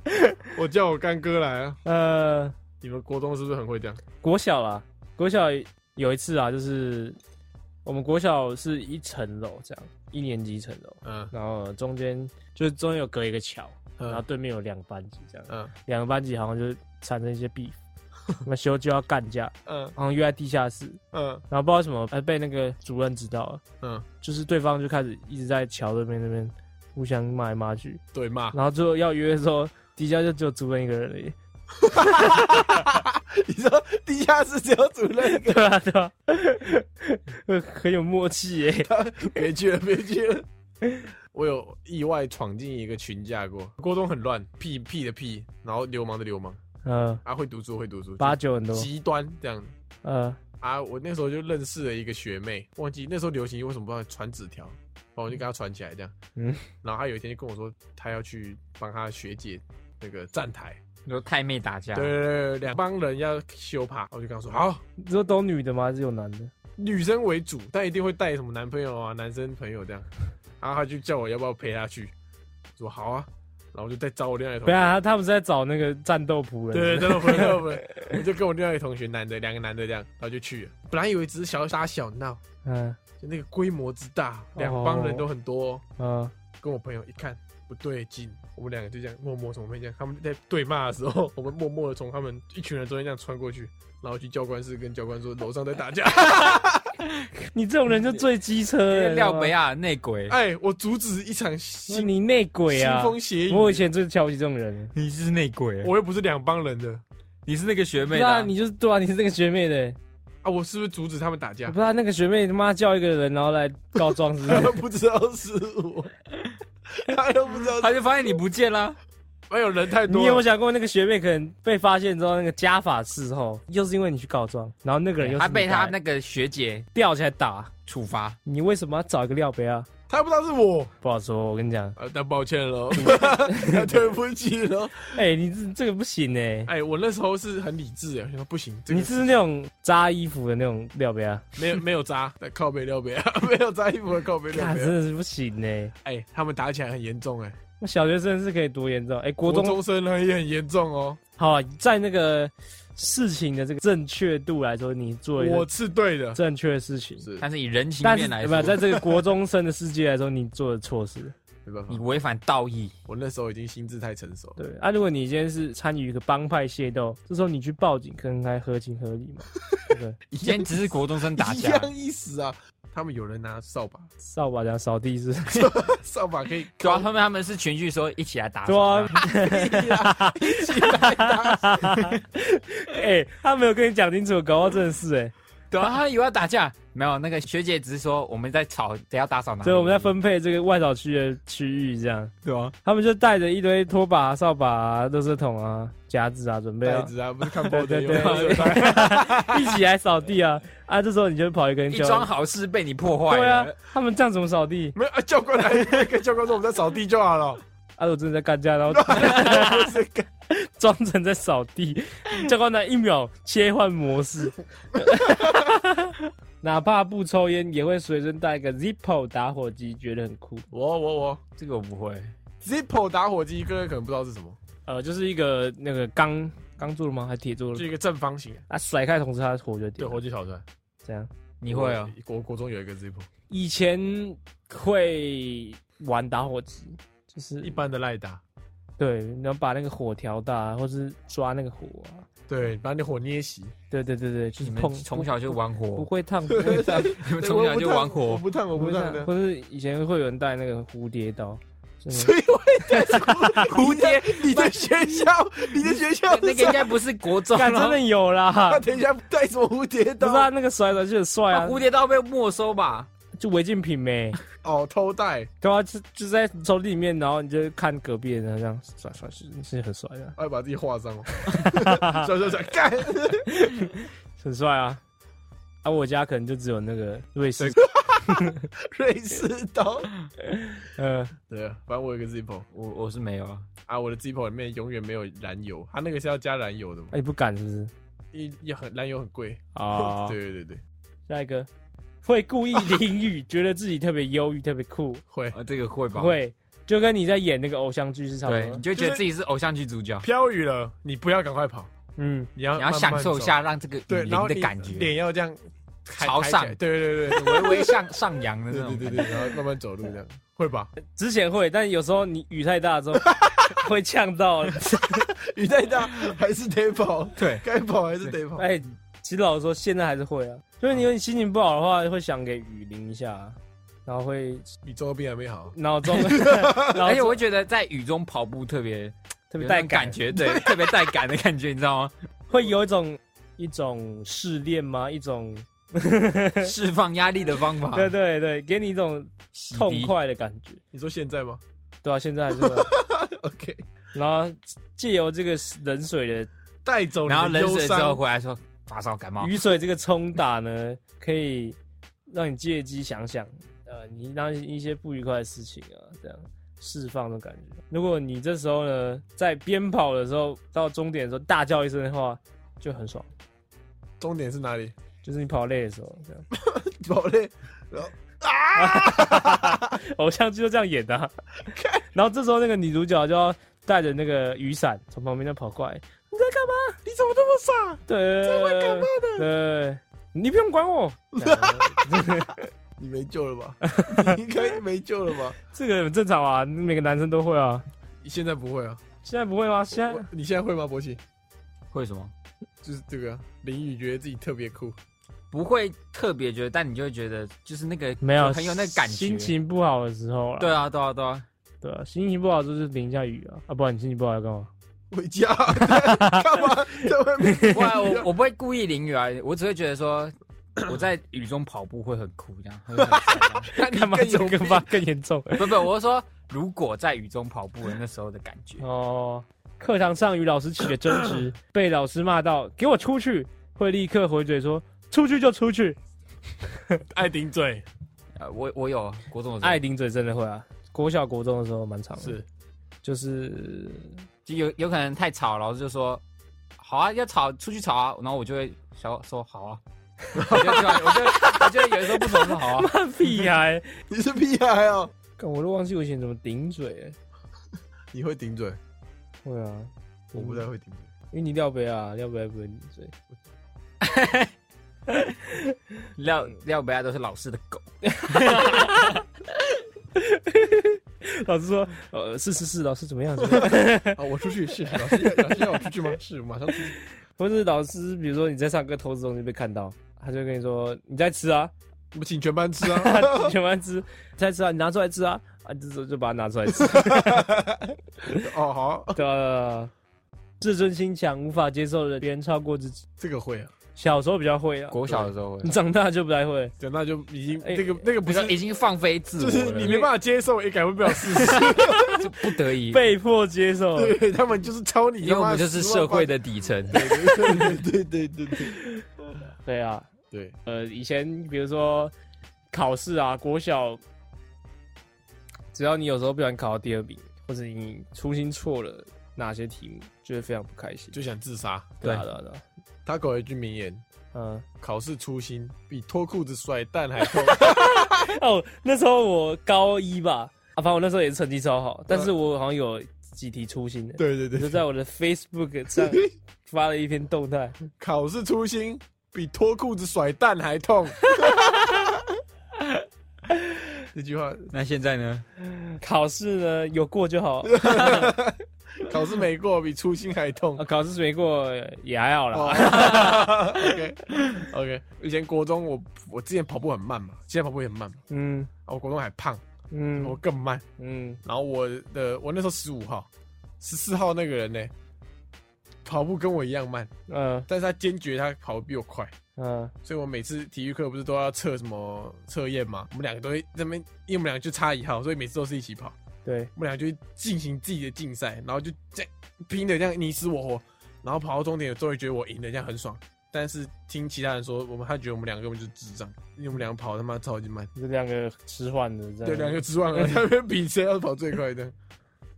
S1: 我叫我干哥来啊。
S3: 呃，
S1: 你们国中是不是很会这样？
S3: 国小啦，国小有一次啊，就是我们国小是一层楼这样，一年级一层楼，
S1: 嗯
S3: 然后中间就是中间有隔一个桥，然后
S1: 嗯
S3: 对面有两个班级这样，
S1: 嗯
S3: 两个班级好像就产生一些 beef，那时候就要干架，
S1: 嗯
S3: 然后约在地下室，
S1: 嗯
S3: 然后不知道为什么，呃，被那个主任知道了，
S1: 嗯，
S3: 就是对方就开始一直在桥对面那边互相骂来骂去，
S1: 对骂，
S3: 然后最后要约的时候，底下就只有主任一个人而已。
S1: 你说地下室只有主任一个，
S3: 对啊，对啊， 很很有默契耶。
S1: 别去了，别去了。 我有意外闯进一个群架过，国中很乱，屁屁的屁，然后流氓的流氓，
S3: 呃，
S1: 啊会读书会读书，
S3: 八九很多，
S1: 极端这样
S3: 呃，
S1: 啊！我那时候就认识了一个学妹，忘记那时候流行为什么不知道传纸条，然后我就跟她传 起来这样。嗯
S3: 嗯，
S1: 然后她有一天就跟我说，她要去帮她学姐那个站台，
S4: 你说太妹打架，
S1: 对对对，两帮人要修爬，我就跟他说好，
S3: 你说都女的吗？还是有男的？
S1: 女生为主，但一定会带什么男朋友啊、男生朋友这样。然后他就叫我要不要陪他去，我说好啊，然后我就再找我另外一个
S3: 不
S1: 同
S3: 要，
S1: 学，
S3: 他他们是在找那个战斗仆人。
S1: 对对，对，朋友们，我就跟我另外一个同学，男的，两个男的这样，然后就去了。本来以为只是小打小闹，
S3: 嗯
S1: 就那个规模之大，两帮人都很多哦、
S3: 嗯，
S1: 跟我朋友一看不对劲，我们两个就这样默默从旁边这样，他们在对骂的时候，我们默默的从他们一群人中间这样穿过去，然后去教官室跟教官说楼上在打架。
S3: 你这种人就最机车
S4: 那
S3: 了。
S4: 个廖北
S1: 啊
S4: 亚内鬼，
S1: 哎，我阻止一场
S3: 知道
S1: 腥
S3: 吗，你内鬼
S1: 腥
S3: 啊！
S1: 风血雨。
S3: 我以前最瞧不起这种人。
S4: 你是内鬼，
S1: 我又不是两帮人的
S4: 你是那个学妹的
S3: 那
S4: 啊，
S3: 你就是对啊，你是那个学妹的。
S1: 啊，我是不是阻止他们打
S3: 我
S1: 架
S3: 不？知道那个学妹他妈叫一个人，然后来告状是不
S1: 他
S3: 是？
S1: 们不知道是我，他又不知道是，
S4: 他就发现你不见了，
S1: 没有人太多了。
S3: 你有没有想过，那个学妹可能被发现之后，那个家法伺候，又是因为你去告状，然后那个人又是
S4: 他被
S3: 你打
S4: 他那个学姐
S3: 吊起来打，
S4: 处罚，
S3: 你为什么要找一个廖北啊？
S1: 他不知道是我，
S3: 不好说，我跟你讲，
S1: 啊，那抱歉 喽， 对不起喽。
S3: 哎、你这这个不行哎、
S1: 哎，我那时候是很理智的，我想说不行，这个
S3: 你是那种扎衣服的那种廖北啊？
S1: 没有没有扎，但靠背撩背啊， 没有扎衣服的靠背撩
S3: 看真
S1: 背啊。
S3: 的是不行哎、
S1: 哎，他们打起来很严重哎，
S3: 那小学生是可以多严重哎、国
S1: 国
S3: 中
S1: 中生呢也很严重哦。
S3: 好啊，在那个事情的这个正确度来说，你做一
S1: 我
S3: 个
S1: 是对的，
S3: 正确的事情。
S1: 是
S4: 但是以人情
S3: 但是
S4: 面来
S3: 不，在
S4: 说，
S3: 这个国中生的世界来说，你做的错事，
S1: 没办法
S4: 你，违反道义，
S1: 我那时候已经心智太成熟了。
S3: 对啊。如果你今天是参与一个帮派械斗，这时候你去报警，可能还合情合理嘛？对不对？
S4: 以前只是国中生打
S1: 一
S4: 架，
S1: 样意思啊！他们有人拿扫把，
S3: 扫把讲扫地是，
S1: 扫把可以
S4: 对啊，后面他们是群聚说一起来打，
S3: 对啊，
S1: 一起来打。
S3: 哎、他没有跟你讲清楚，搞到真的是哎、
S4: 对啊，他以为要打架，没有，那个学姐只是说我们在吵，谁要打扫哪里，
S3: 所以我们在分配这个外岛区的区域，这样
S4: 对啊，
S3: 他们就带着一堆拖把、扫把、啊、垃圾桶啊、夹子啊，准备
S1: 袋
S3: 要
S1: 子啊，不是看报的
S3: 对
S1: 有
S3: 对对
S1: 有袋子
S3: 一起来扫地啊啊！这时候你就跑一个人
S4: 一
S3: 叫，
S4: 桩好事被你破坏
S3: 对啊
S4: 了，，
S3: 他们这样怎么扫地？
S1: 没有啊？教官来，跟教官说我们在扫地就好了。
S3: 啊，我真的在干架，然 后装成在扫地， 教官呢一秒切换模式， 哪怕不抽烟，也会随身带一个 Zippo 打火机，觉得很酷。
S1: 我我我
S4: 这个我不会，
S1: ，Zippo 打火机，各位可能不知道是什么，
S3: 呃，就是一个那个钢钢做的吗？还是铁做
S1: 就
S3: 的？
S1: 一个正方形，
S3: 啊，甩开同时，它的火就
S1: 对，
S3: 点了。
S1: 火炬挑战。
S3: 这样。
S4: 你会哦，
S1: 我？我国中有一个 Zippo，
S3: 以前会玩打火机，就是
S1: 一般的赖打，
S3: 对，然后把那个火调大，或是抓那个火啊。
S1: 对，把你火捏熄。
S3: 对对对对，就
S4: 你
S3: 是
S4: 们
S3: 碰
S4: 从小就玩
S3: 不
S4: 火，
S3: 会烫，不 会烫，
S4: 你们从小就玩
S1: 我
S4: 火，
S1: 不烫，我不烫的。
S3: 或是以前会有人带那个蝴 蝶刀，就是
S1: 所以我在说蝴蝶，你的学校，你的学校
S4: 那
S1: 是
S4: 个应该不是国中
S3: 干真
S4: 啊
S3: 的。有 啦
S1: 他，等一下带什么蝴蝶
S3: 不
S1: 刀？
S3: 是啊，那个甩甩就很帅
S4: 那
S3: 啊
S4: 蝴，蝶刀被没收吧？
S3: 就违禁品呗，
S1: 哦，偷带。
S3: 对啊，就就在抽屉里面，然后你就看隔壁的人这样甩甩，是是很帅的，
S1: 爱把自己画上哦，甩甩甩，干！
S3: 很帅啊。啊，我家可能就只有那个瑞士，
S1: 瑞士刀。
S3: 呃，
S1: 对啊，反正我有一个 Zippo
S4: 我我是没有啊，
S1: 啊，我的 Zippo 里面永远没有燃油，它那个是要加燃油的嘛
S3: 哎，，你不敢是不是？
S1: 一也很燃油很贵。，
S3: 啊
S1: 对对对对，
S3: 下一个会故意淋雨，觉得自己特别忧郁、特别 酷，
S1: 会
S4: 呃，这个会吧？，
S3: 会就跟你在演那个偶像剧是差不
S4: 对，
S3: 多
S4: 你。就觉得自己是偶像剧主角，
S1: 飘雨了，你不要赶快跑，
S3: 嗯，
S1: 你要
S4: 你
S1: 慢
S4: 要
S1: 慢
S4: 享受一
S1: 走
S4: 下让这个
S1: 对，
S4: 雨淋
S1: 然后
S4: 的
S1: 你
S4: 感觉，
S1: 脸要这样抬
S4: 朝
S1: 抬起
S4: 上
S1: 来 对对对
S4: 微微向上扬的
S1: 对
S4: 那
S1: 对
S4: 种
S1: 对
S4: 感
S1: 对，
S4: 觉。
S1: 然后慢慢走路这样，会 吧？
S3: 之前会，但有时候你雨太大之后会呛 到。
S1: 雨太大还是得跑，
S4: 对，
S1: 该跑还是得跑。
S3: 哎，其实老实说，现在还是会啊，就是你你心情不好的话，会想给雨淋一下，然后会
S1: 比周边还没好，
S3: 脑 中，
S4: 而
S3: 而
S4: 且我会觉得在雨中跑步特别
S3: 特别
S4: 哎有那
S3: 带
S4: 种
S3: 感
S4: 感，觉，对，特别带感的感觉，你知道吗？
S3: 会有一种一种试炼吗？一种
S4: 释放压力的方法，
S3: 对对对，给你一种
S4: 啊洗涤
S3: 痛快的感觉。
S1: 你说现在吗
S3: 对啊，现在还是 会啊，
S1: ？OK，
S3: 然后借由这个冷水的
S1: 带走你
S4: 然后
S1: 的
S4: 冷
S1: 忧
S4: 水之后
S1: 伤，
S4: 回来说发烧感冒，
S3: 雨水这个冲打呢， 可以让你借机想想，呃，你让一些不愉快的事情啊，这样释放的感觉。如果你这时候呢，在边跑的时候到终点的时候大叫一声的话，就很爽。
S1: 终点是哪 里？
S3: 就是你跑累的时候，这样
S1: 跑累，然后
S3: 偶像剧就这样演的啊、然后这时候那个女主角就要带着那个雨伞从旁边就跑过来，你在干嘛？
S1: 你怎么这么傻？
S3: 对，
S1: 这会干嘛
S3: 对，你不用管我。
S1: 你没救了吧？你应该没救了吧？
S3: 这个很正常啊，每个男生都会啊。
S1: 现在不会 啊？
S3: 现在不会吗？现在
S1: 我你现在会吗，博奇？
S4: 会什么？
S1: 就是这个啊、淋雨觉得自己特别酷，
S4: 不会特别觉得，但你就会觉得就是那个
S3: 没有
S4: 很有那个感觉。
S3: 心情不好的时候啦
S4: 对啊，对啊，对啊，
S3: 对啊，心情不好就是淋一下雨啊，啊，不然你心情不好要干嘛？
S1: 回家干嘛在外面？
S4: 不然我我不会故意淋雨啊，我只会觉 得说我在雨中跑步会很酷这样。会很爽这样
S1: 那你
S3: 干嘛
S1: 更
S3: 这
S1: 有
S3: 个
S1: 病
S3: 吧更严重？
S4: 不不，我是说如果在雨中跑步的那时候的感觉，
S3: 哦，课堂上与老师起了争 执，被老师骂到“给我出去”，会立刻回嘴说“出去就出去
S1: 爱顶嘴
S4: 呃，我我有国中”。的时
S3: 爱顶嘴真的会啊，国小国中的时候蛮长的，
S1: 是
S3: 就是
S4: 候，就有有可能太吵，老师就说好啊，要吵出去吵啊，然后我就会小说好啊，我就我就我就有时候不爽说好啊，
S3: 屁孩。
S1: 你是屁孩哦！
S3: 干我都忘记我以前怎么顶嘴了。
S1: 你会顶嘴？
S3: 会啊，
S1: 我不太会顶嘴。
S3: 因为你廖杯啊，廖杯不会顶嘴。
S4: 廖廖北亚啊都是老师的狗，
S3: 老师说，呃，是是是，老师怎么样？ 怎么样
S1: 啊，我出去是老师要老师要我出去吗？ 是，马上出去。
S3: 或是老师，比如说你在上课偷吃东西被看到，他就会跟你说你在吃啊，
S1: 我请全班吃啊！
S3: 全班吃，在吃啊，你拿出来吃啊，啊，这时候就把它拿出来吃。
S1: 哦，好啊，
S3: 对啊对啊对啊自尊心强，无法接受别人超过自己。
S1: 这个会啊。
S3: 小时候比较会啊，
S4: 国小的时候会
S3: 你。长大就不太会。
S1: 对，那就已经
S3: 哎
S1: 那个那个不
S4: 不
S1: 是
S4: 是，已经放飞自
S1: 就
S4: 我
S1: 是
S4: 了，
S1: 你没办法接受，也改变不了事实。
S4: 就不得已，
S3: 被迫接受，
S1: 对他们就是抄你，
S4: 因为我们就是社会。的底层。
S1: 对对对对对
S3: 对啊，
S1: 对，
S3: 呃，以前比如说考试啊，国小，只要你有时候不小心考到第二名，或者你粗心错了哪些题目，就会非常不开心。
S1: 就想自杀。
S3: 对啊，对啊，对啊，
S1: 他口有一句名言：
S3: 嗯，
S1: 考试粗心比脱裤子甩蛋还 痛。
S3: 哦，那时候我高一吧，啊，反正我那时候也是成绩超好，但是我好像有几题粗心的，
S1: 对对
S3: 我就
S1: 对，
S3: 在我的 Facebook 上发了一篇动态，
S1: 考试粗心比脱裤子甩蛋还痛。 这句话，
S4: 那现在呢？
S3: 考试呢有过就 好，
S1: 考试没过比粗心还 痛
S3: 啊。考试没过也还好啦。
S1: 哦 OK OK，以前国中我我之前跑步很慢嘛，现在跑步也很慢嘛。
S3: 嗯
S1: 啊我国中还胖，我
S3: 嗯
S1: 更慢。
S3: 嗯，
S1: 然后我的我那时候十五号，十四号那个人呢，跑步跟我一样慢，
S3: 嗯
S1: 但是他坚决他跑得比我快，
S3: 嗯
S1: 所以我每次体育课不是都要测什么测验嘛，我们两个都会那边，因为我们两个就差一号，所以每次都是一起跑，
S3: 对。
S1: 我们俩就会进行自己的竞赛，然后就这样拼的这样你死我活，然后跑到终点，终于觉得我赢了，这样很爽。但是听其他人说，我们他觉得我们两个根本就是智障，因为我们两个跑他妈超级慢，
S3: 这两个吃饭的这样。
S1: 对，两个智障在那边比谁要跑最快的，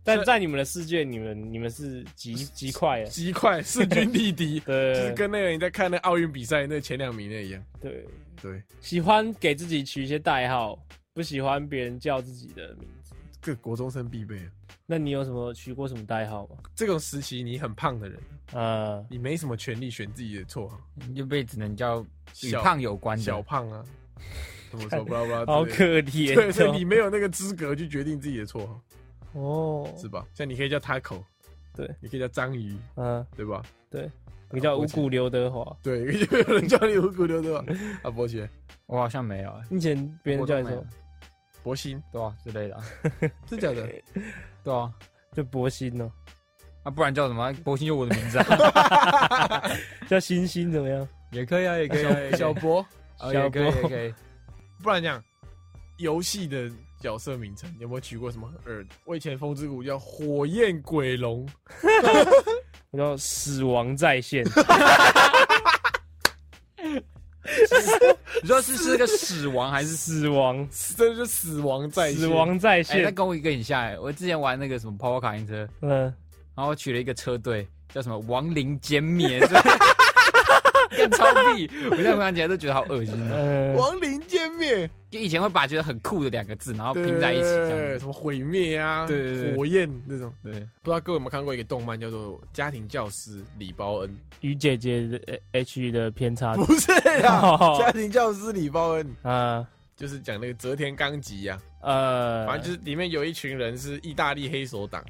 S3: 但在你们的世界，你们你们是极极快的，
S1: 极快势均力敌。
S3: 对，
S1: 就是跟那个你在看那奥运比赛那前两名那一样。
S3: 对
S1: 对，
S3: 喜欢给自己取一些代号，不喜欢别人叫自己的名字。
S1: 这个国中生必备啊。
S3: 那你有什么取过什么代号吗？
S1: 这种时期你很胖的人，
S3: 呃，
S1: 你没什么权利选自己的绰号，
S4: 你就被只能叫与
S1: 小
S4: 胖有关
S1: 小
S4: 的。
S1: 胖啊，怎么说不啦不啦
S3: 好
S1: 之类的。
S3: 可
S1: 啊对， 所
S3: 怜
S1: 以你没有那个资格去决定自己的绰号，
S3: 哦。哦，
S1: 是吧？像你可以叫 Taco，
S3: 对，
S1: 你啊可以叫章鱼，
S3: 嗯，
S1: 对吧？
S3: 对，你叫五谷刘德华。
S1: 对， 有人叫你五谷流对吧？啊，博学，
S4: 我好像没有、欸，
S3: 以前别人叫你什
S4: 我都
S3: 么
S4: 没？
S1: 博鑫，
S4: 对啊之类的啊，
S1: 真假 的？
S4: 对啊，
S3: 就博鑫哦，
S4: 啊不然叫什么？博鑫就我的名字啊，
S3: 叫星星怎么样？
S4: 也可以啊，也可以啊，也可以
S1: 小博，
S4: 啊也可以，也可以。
S1: 不然这样，游戏的角色名称有没有取过什么很耳的？我以前风之谷叫火焰鬼龙，
S3: 我叫 死亡在线。
S4: 你说是是个死亡还是？
S3: 死亡，
S1: 这就是死亡在线
S3: 死，亡在
S4: 哎、那
S3: 线。
S4: 跟我一个很像哎、我之前玩那个什么跑跑卡丁车，
S3: 嗯，
S4: 然后我取了一个车队叫什么“亡灵歼灭”， 是吧更超屁！我现在回想起来都觉得好恶心哦。
S3: 呃，
S1: 亡灵歼灭
S4: 就以前会把觉得很酷的两个字，
S1: 啊
S4: 然后拼在一起这
S1: 对
S4: 样子。
S1: 什么毁灭啊，
S4: 对对对
S1: 火焰那种。
S4: 对，
S1: 不知道各位有没有看过一个动漫叫做《家庭教师李包恩
S3: 与姐姐的 H E 的偏差》？
S1: 不是啦，
S3: 哦
S1: 家庭教师李包恩
S3: 啊，
S1: 就是讲那个泽田纲吉呀，
S3: 呃，
S1: 反正就是里面有一群人是意大利黑手党，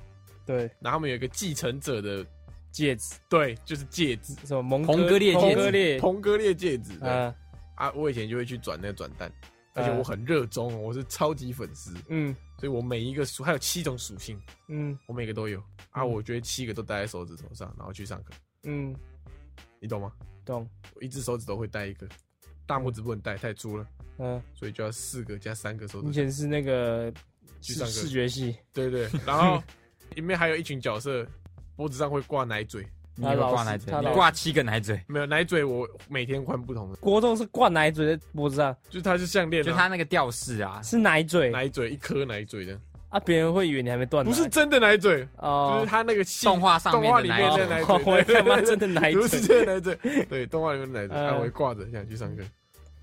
S3: 对
S1: 然后他们有一个继承者的，
S3: 戒指，
S1: 对，就是戒指，
S3: 什么蒙
S4: 彭格列戒指
S3: 蒙哥列，
S1: 哦同割裂戒指。对
S3: 嗯
S1: 啊，我以前就会去转那个转蛋，而且我很热衷哦，我是超级粉丝，
S3: 嗯
S1: 所以我每一个属还有七种属性，
S3: 嗯
S1: 我每个都有啊。
S3: 嗯
S1: 我觉得七个都戴在手指头上，然后去上课，
S3: 嗯，
S1: 你懂吗？
S3: 懂，
S1: 我一只手指头会戴一个，大拇指不能戴，太粗了，
S3: 嗯，
S1: 所以就要四个加三个手
S3: 以
S1: 指。
S3: 前是那个
S1: 去
S3: 视
S1: 上课
S3: 视觉系，
S1: 对对，然后里面还有一群角色，脖子上会挂奶嘴，
S4: 你有挂奶嘴
S3: 他，老
S4: 你
S3: 是
S4: 挂七个奶嘴，
S1: 没有奶嘴，我每天换不同的，
S3: 国中是挂奶嘴在脖子上，
S1: 就是它是项链啊，
S4: 就他那个吊饰啊，
S3: 是奶嘴
S1: 奶嘴一颗奶嘴的，
S3: 啊，别人会以为你还没断奶，
S1: 不是真的奶嘴，就
S3: 哦
S1: 是，他 那个戏
S4: 动画上面
S1: 动
S4: 的
S1: 画里面的
S4: 奶
S1: 奶
S3: 哦
S1: 嘴，
S3: 我
S1: 对
S3: 他妈真 的奶
S1: 不是
S3: 嘴，
S1: 真的奶嘴，对，动画里面的奶嘴，
S3: 嗯
S1: 啊，我会挂着想去上课。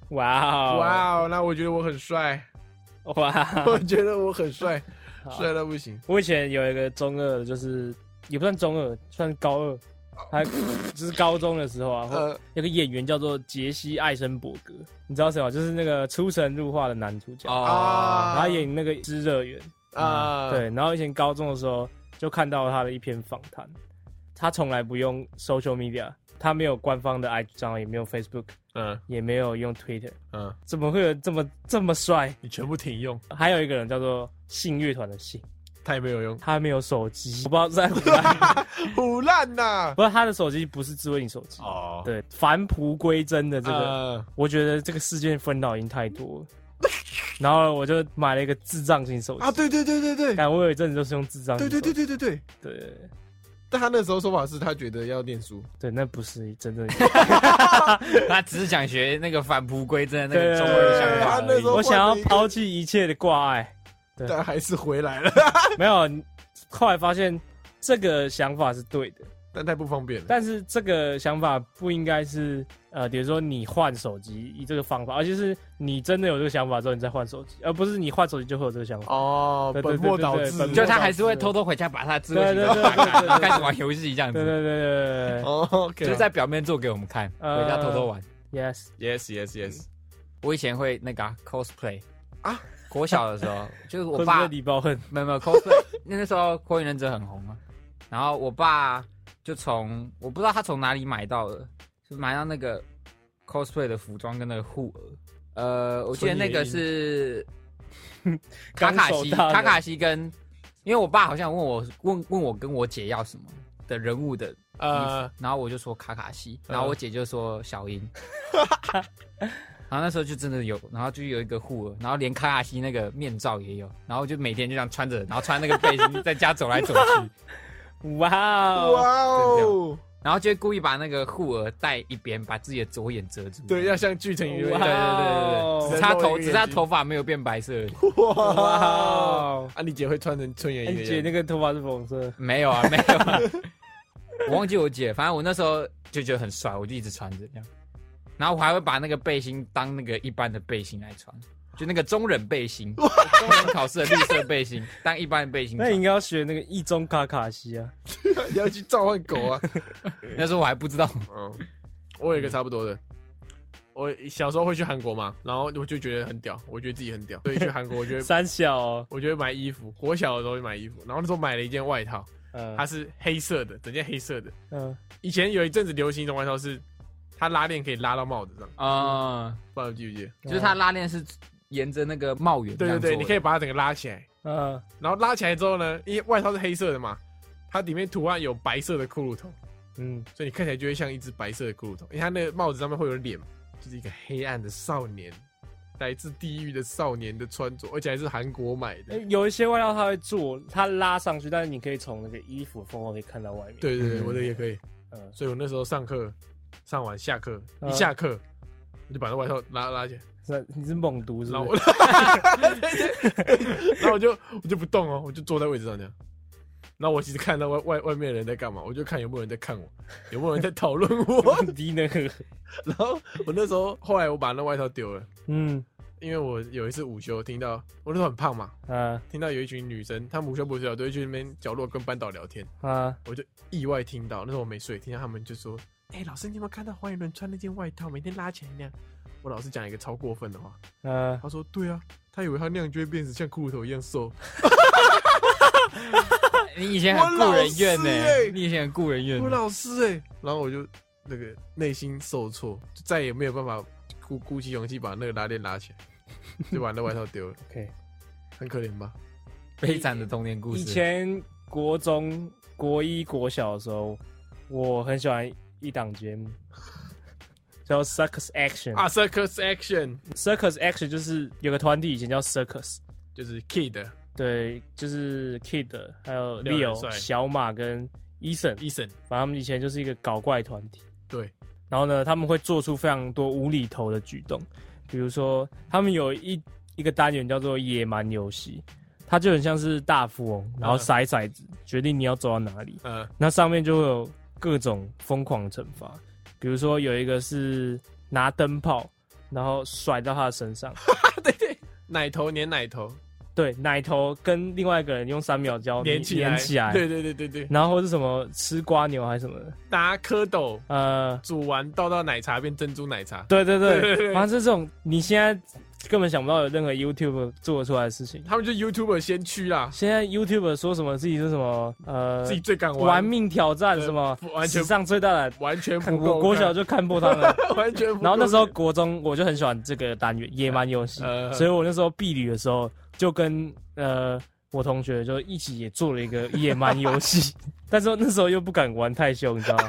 S3: 哇哦
S1: 哇哦，那我觉得我很帅，
S3: 哇哦
S1: 我觉得我很帅，
S3: 好
S1: 帅到不行。
S3: 我以前有一个中二的，就是也不算中二，算高二， 他就是高中的时候啊，
S1: 呃，
S3: 有个演员叫做杰西·艾森伯格，你知道谁吗？就是那个出神入化的男主角，
S4: 哦
S1: 啊，
S3: 他演那个《知热园》
S1: 啊，
S3: 对，然后以前高中的时候就看到他的一篇访谈，他从来不用 social media，他没有官方的 IG 账号，也没有 Facebook，
S1: 嗯
S3: 也没有用 Twitter，
S1: 嗯，
S3: 怎么会有这么这么帅？
S1: 你全部停用，
S3: 还有一个人叫做信乐团的信，
S1: 太没有用，
S3: 他没有手机，我不知道在胡乱。
S1: 腐烂呐。
S3: 不过他的手机不是智慧型手机。
S1: 哦，
S3: 对，返璞归真的这个，
S1: 呃
S3: 我觉得这个事件纷扰已经太多了。然后我就买了一个智障型手机。
S1: 啊，对对对对对，
S3: 但我有一阵子都是用智障型
S1: 对
S3: 手
S1: 对对
S3: 机。
S1: 对对对。
S3: 对对
S1: 但他那时候说法是他觉得要念书，
S3: 对那不是真的。
S4: 他只是想学那个返璞归真的那
S3: 对
S4: 个中二想
S1: 他
S4: 法
S1: 那
S4: 而
S1: 时候
S4: 已。
S3: 我想要抛弃一切的挂碍。对
S1: 但还是回 来了，
S3: 没有，后来发现这个想法是对的，
S1: 但太不方便了。
S3: 但是这个想法不应该是呃，比如说你换手机以这个方法，而且是你真的有这个想法之后你再换手机，而不是你换手机就会有这个想法。
S1: 哦，
S3: 对对
S1: 本
S3: 对
S1: 末倒
S3: 对对
S1: 置
S3: 本，末
S4: 就他还是会偷偷回家把他的智慧
S3: 对
S4: 型
S3: 对
S4: 手
S3: 对
S4: 机打
S3: 对对
S4: 开，
S3: 对
S4: 然后 开始玩游戏这样
S3: 对
S4: 子，
S3: 对对对对对
S1: 哦，OK，
S4: 就在表面做给我们看，
S3: 呃
S4: 回家偷偷玩。
S3: ，yes，
S1: yes yes yes，
S4: 我以前会那个啊 cosplay
S1: 啊
S4: 啊，国小的时候就 是
S3: 我
S4: 我
S3: 是
S4: 爸
S3: 礼包恨，
S4: 没有没有 cosplay，那 那时候《火影忍者》很红嘛，然后我爸就从我不知道他从哪里买到的，就买到那个 cosplay 的服装跟那个护额。呃，我记得那个是卡
S3: 刚
S4: 卡西，
S3: 手到的
S4: 卡卡西跟，因为我爸好像问我问问我跟我姐要什么的人物的，
S1: 呃，
S4: 然后我就说卡卡西，然后我姐就说小樱。然后那时候就真的有，然后就有一个护额，然后连卡卡西那个面罩也有，然后就每天就这样穿着，然后穿那个背心在家走来走去，
S3: 哇哦，
S1: 哇哦，
S4: 然后就会故意把那个护额戴一边，把自己的左眼遮住。
S1: 对，要像剧情一
S4: 对
S1: 样
S4: 对
S3: 哇
S4: 对对对，只差头，只差头发没有变白色而已，
S3: 哇
S1: 哇！
S3: 哦，
S1: 啊，你姐会穿成春
S3: 哎
S1: 元一
S3: 你姐
S1: 的
S3: 那
S1: 样
S3: 个头发是粉红色的，
S4: 没有啊，没有、啊。 我忘记我姐，反正我那时候就觉得很帅，我就一直穿着这样，然后我还会把那个背心当那个一般的背心来穿。就那个中忍 背心，中忍考试的绿色背心， 当一般的背心
S3: 那
S4: 穿
S3: 你应。该要学那个一中卡卡西啊，
S1: 子，你要去召唤狗 啊！
S4: 那时候我还不知道
S1: 嗯，我有一个差不多的。我小时候会去韩国嘛，然后我就觉得很屌，我觉得自己很 屌，所以去韩国我就会
S3: 三小哦，
S1: 我就会买衣服。我小的时候就买衣服，然后那时候买了一件外套，
S3: 嗯
S1: 它是黑色的，整件黑色的。
S3: 嗯，
S1: 以前有一阵子流行一种外套是，它拉链可以拉到帽子上，
S4: 啊、
S1: 不知道你记不记得？
S4: 就是它拉链是沿着那个帽檐这
S1: 对对
S4: 样做
S1: 对，
S4: 的。
S1: 你可以把它整个拉起来，
S3: 嗯，
S1: 然后拉起来之后呢，因为外套是黑色的嘛，它里面图案有白色的骷髅头，
S3: 嗯
S1: 所以你看起来就会像一只白色的骷髅头，因为它那个帽子上面会有脸，就是一个黑暗的少年，来自地狱的少年的穿着，而且还是韩国买的。
S4: 哎
S3: 嗯，有一些外套它会做，它拉上去，但是你可以从那个衣服缝口可以看到外面，，
S1: 对对对，
S4: 嗯
S1: 我的也可以。
S3: 嗯
S1: 所以我那时候上课，上完下课
S3: 嗯
S1: 一下课，我你就把那外套拉拉起来，
S3: 是啊你是猛毒是
S1: 然后
S3: 不
S1: 我
S3: 是？，
S1: 然后我就我就不动哦，我就坐在位置上这样。然后我其实看到外外外面的人在干嘛，我就看有没有人在看我，有没有人在讨论我。
S3: 低能儿，
S1: 然后我那时候后来我把那外套丢了，
S3: 嗯
S1: 因为我有一次午休听到我那时候很胖嘛，
S3: 啊
S1: 听到有一群女生，她们午休不睡觉，都会去那边角落跟班导聊天。
S3: 啊，
S1: 我就意外听到，那时候我没睡，听到他们就说：“哎、老师，你有没有看到黄雨伦穿那件外套，每天拉起来那样？”我老师讲一个超过分的话，
S3: 呃，
S1: 他说：“对啊，他以为他那样就会变成像骷髅头一样瘦。
S4: 你以前很顾人怨呢、
S1: 我老师欸
S4: 你以前很顾人”怨
S1: 我。老师哎、然后我就那个内心受挫，就再也没有办法鼓鼓起勇气把那个拉链拉起来，就把那外套丢了，
S3: OK。
S1: 很可怜吧？
S4: 悲惨的童年故事。
S3: 以前国中国一国小的时候，我很喜欢一档节目，叫 Circus Action
S1: 啊，circus action
S3: Circus Action 就是有个团体以前叫 Circus，
S1: 就是 kid
S3: 对，就是 Kid 还有
S1: 廖元
S3: Leo
S1: 帅
S3: 小马跟 Eason，
S1: Eason，
S3: 反正他们以前就是一个搞怪团体。
S1: 对，
S3: 然后呢，他们会做出非常多无厘头的举动，比如说他们有一一个单元叫做野蛮游戏，它就很像是大富翁，然后
S1: 嗯
S3: 骰骰子、决定你要走到哪里，
S1: 呃，
S3: 那上面就会有各种疯狂的惩罚，比如说有一个是拿灯泡，然后甩到他的身上，
S1: 奶头粘奶头
S3: 对，奶头跟另外一个人用三秒胶
S1: 粘起来，
S3: 哦粘起来，
S1: 对对对对对，
S3: 然后或是什么吃瓜牛还是什么的，
S1: 拿蝌蚪
S3: 呃，
S1: 煮完倒到奶茶变珍珠奶茶，
S3: 对对
S1: 对对对
S3: 对，反正这种你现在根本想不到有任何 YouTube 做得出来的事情。
S1: 他们就 YouTuber 先驱啦，
S3: 现在 YouTube 说什么自己是什么呃
S1: 自己最敢
S3: 玩
S1: 玩，
S3: 命挑战什么
S1: 对完全
S3: 史上最大的，
S1: 完全不
S3: 看
S1: 够
S3: 我国小就看破他 们。
S1: 看完全不够看。
S3: 然后那时候国中我就很喜欢这个单元野蛮游 戏，
S1: 呃
S3: 所以我那时候避旅的时候就跟呃我同学就一起也做了一个野蛮游戏， 但是那时候又不敢玩太凶，你知道吗？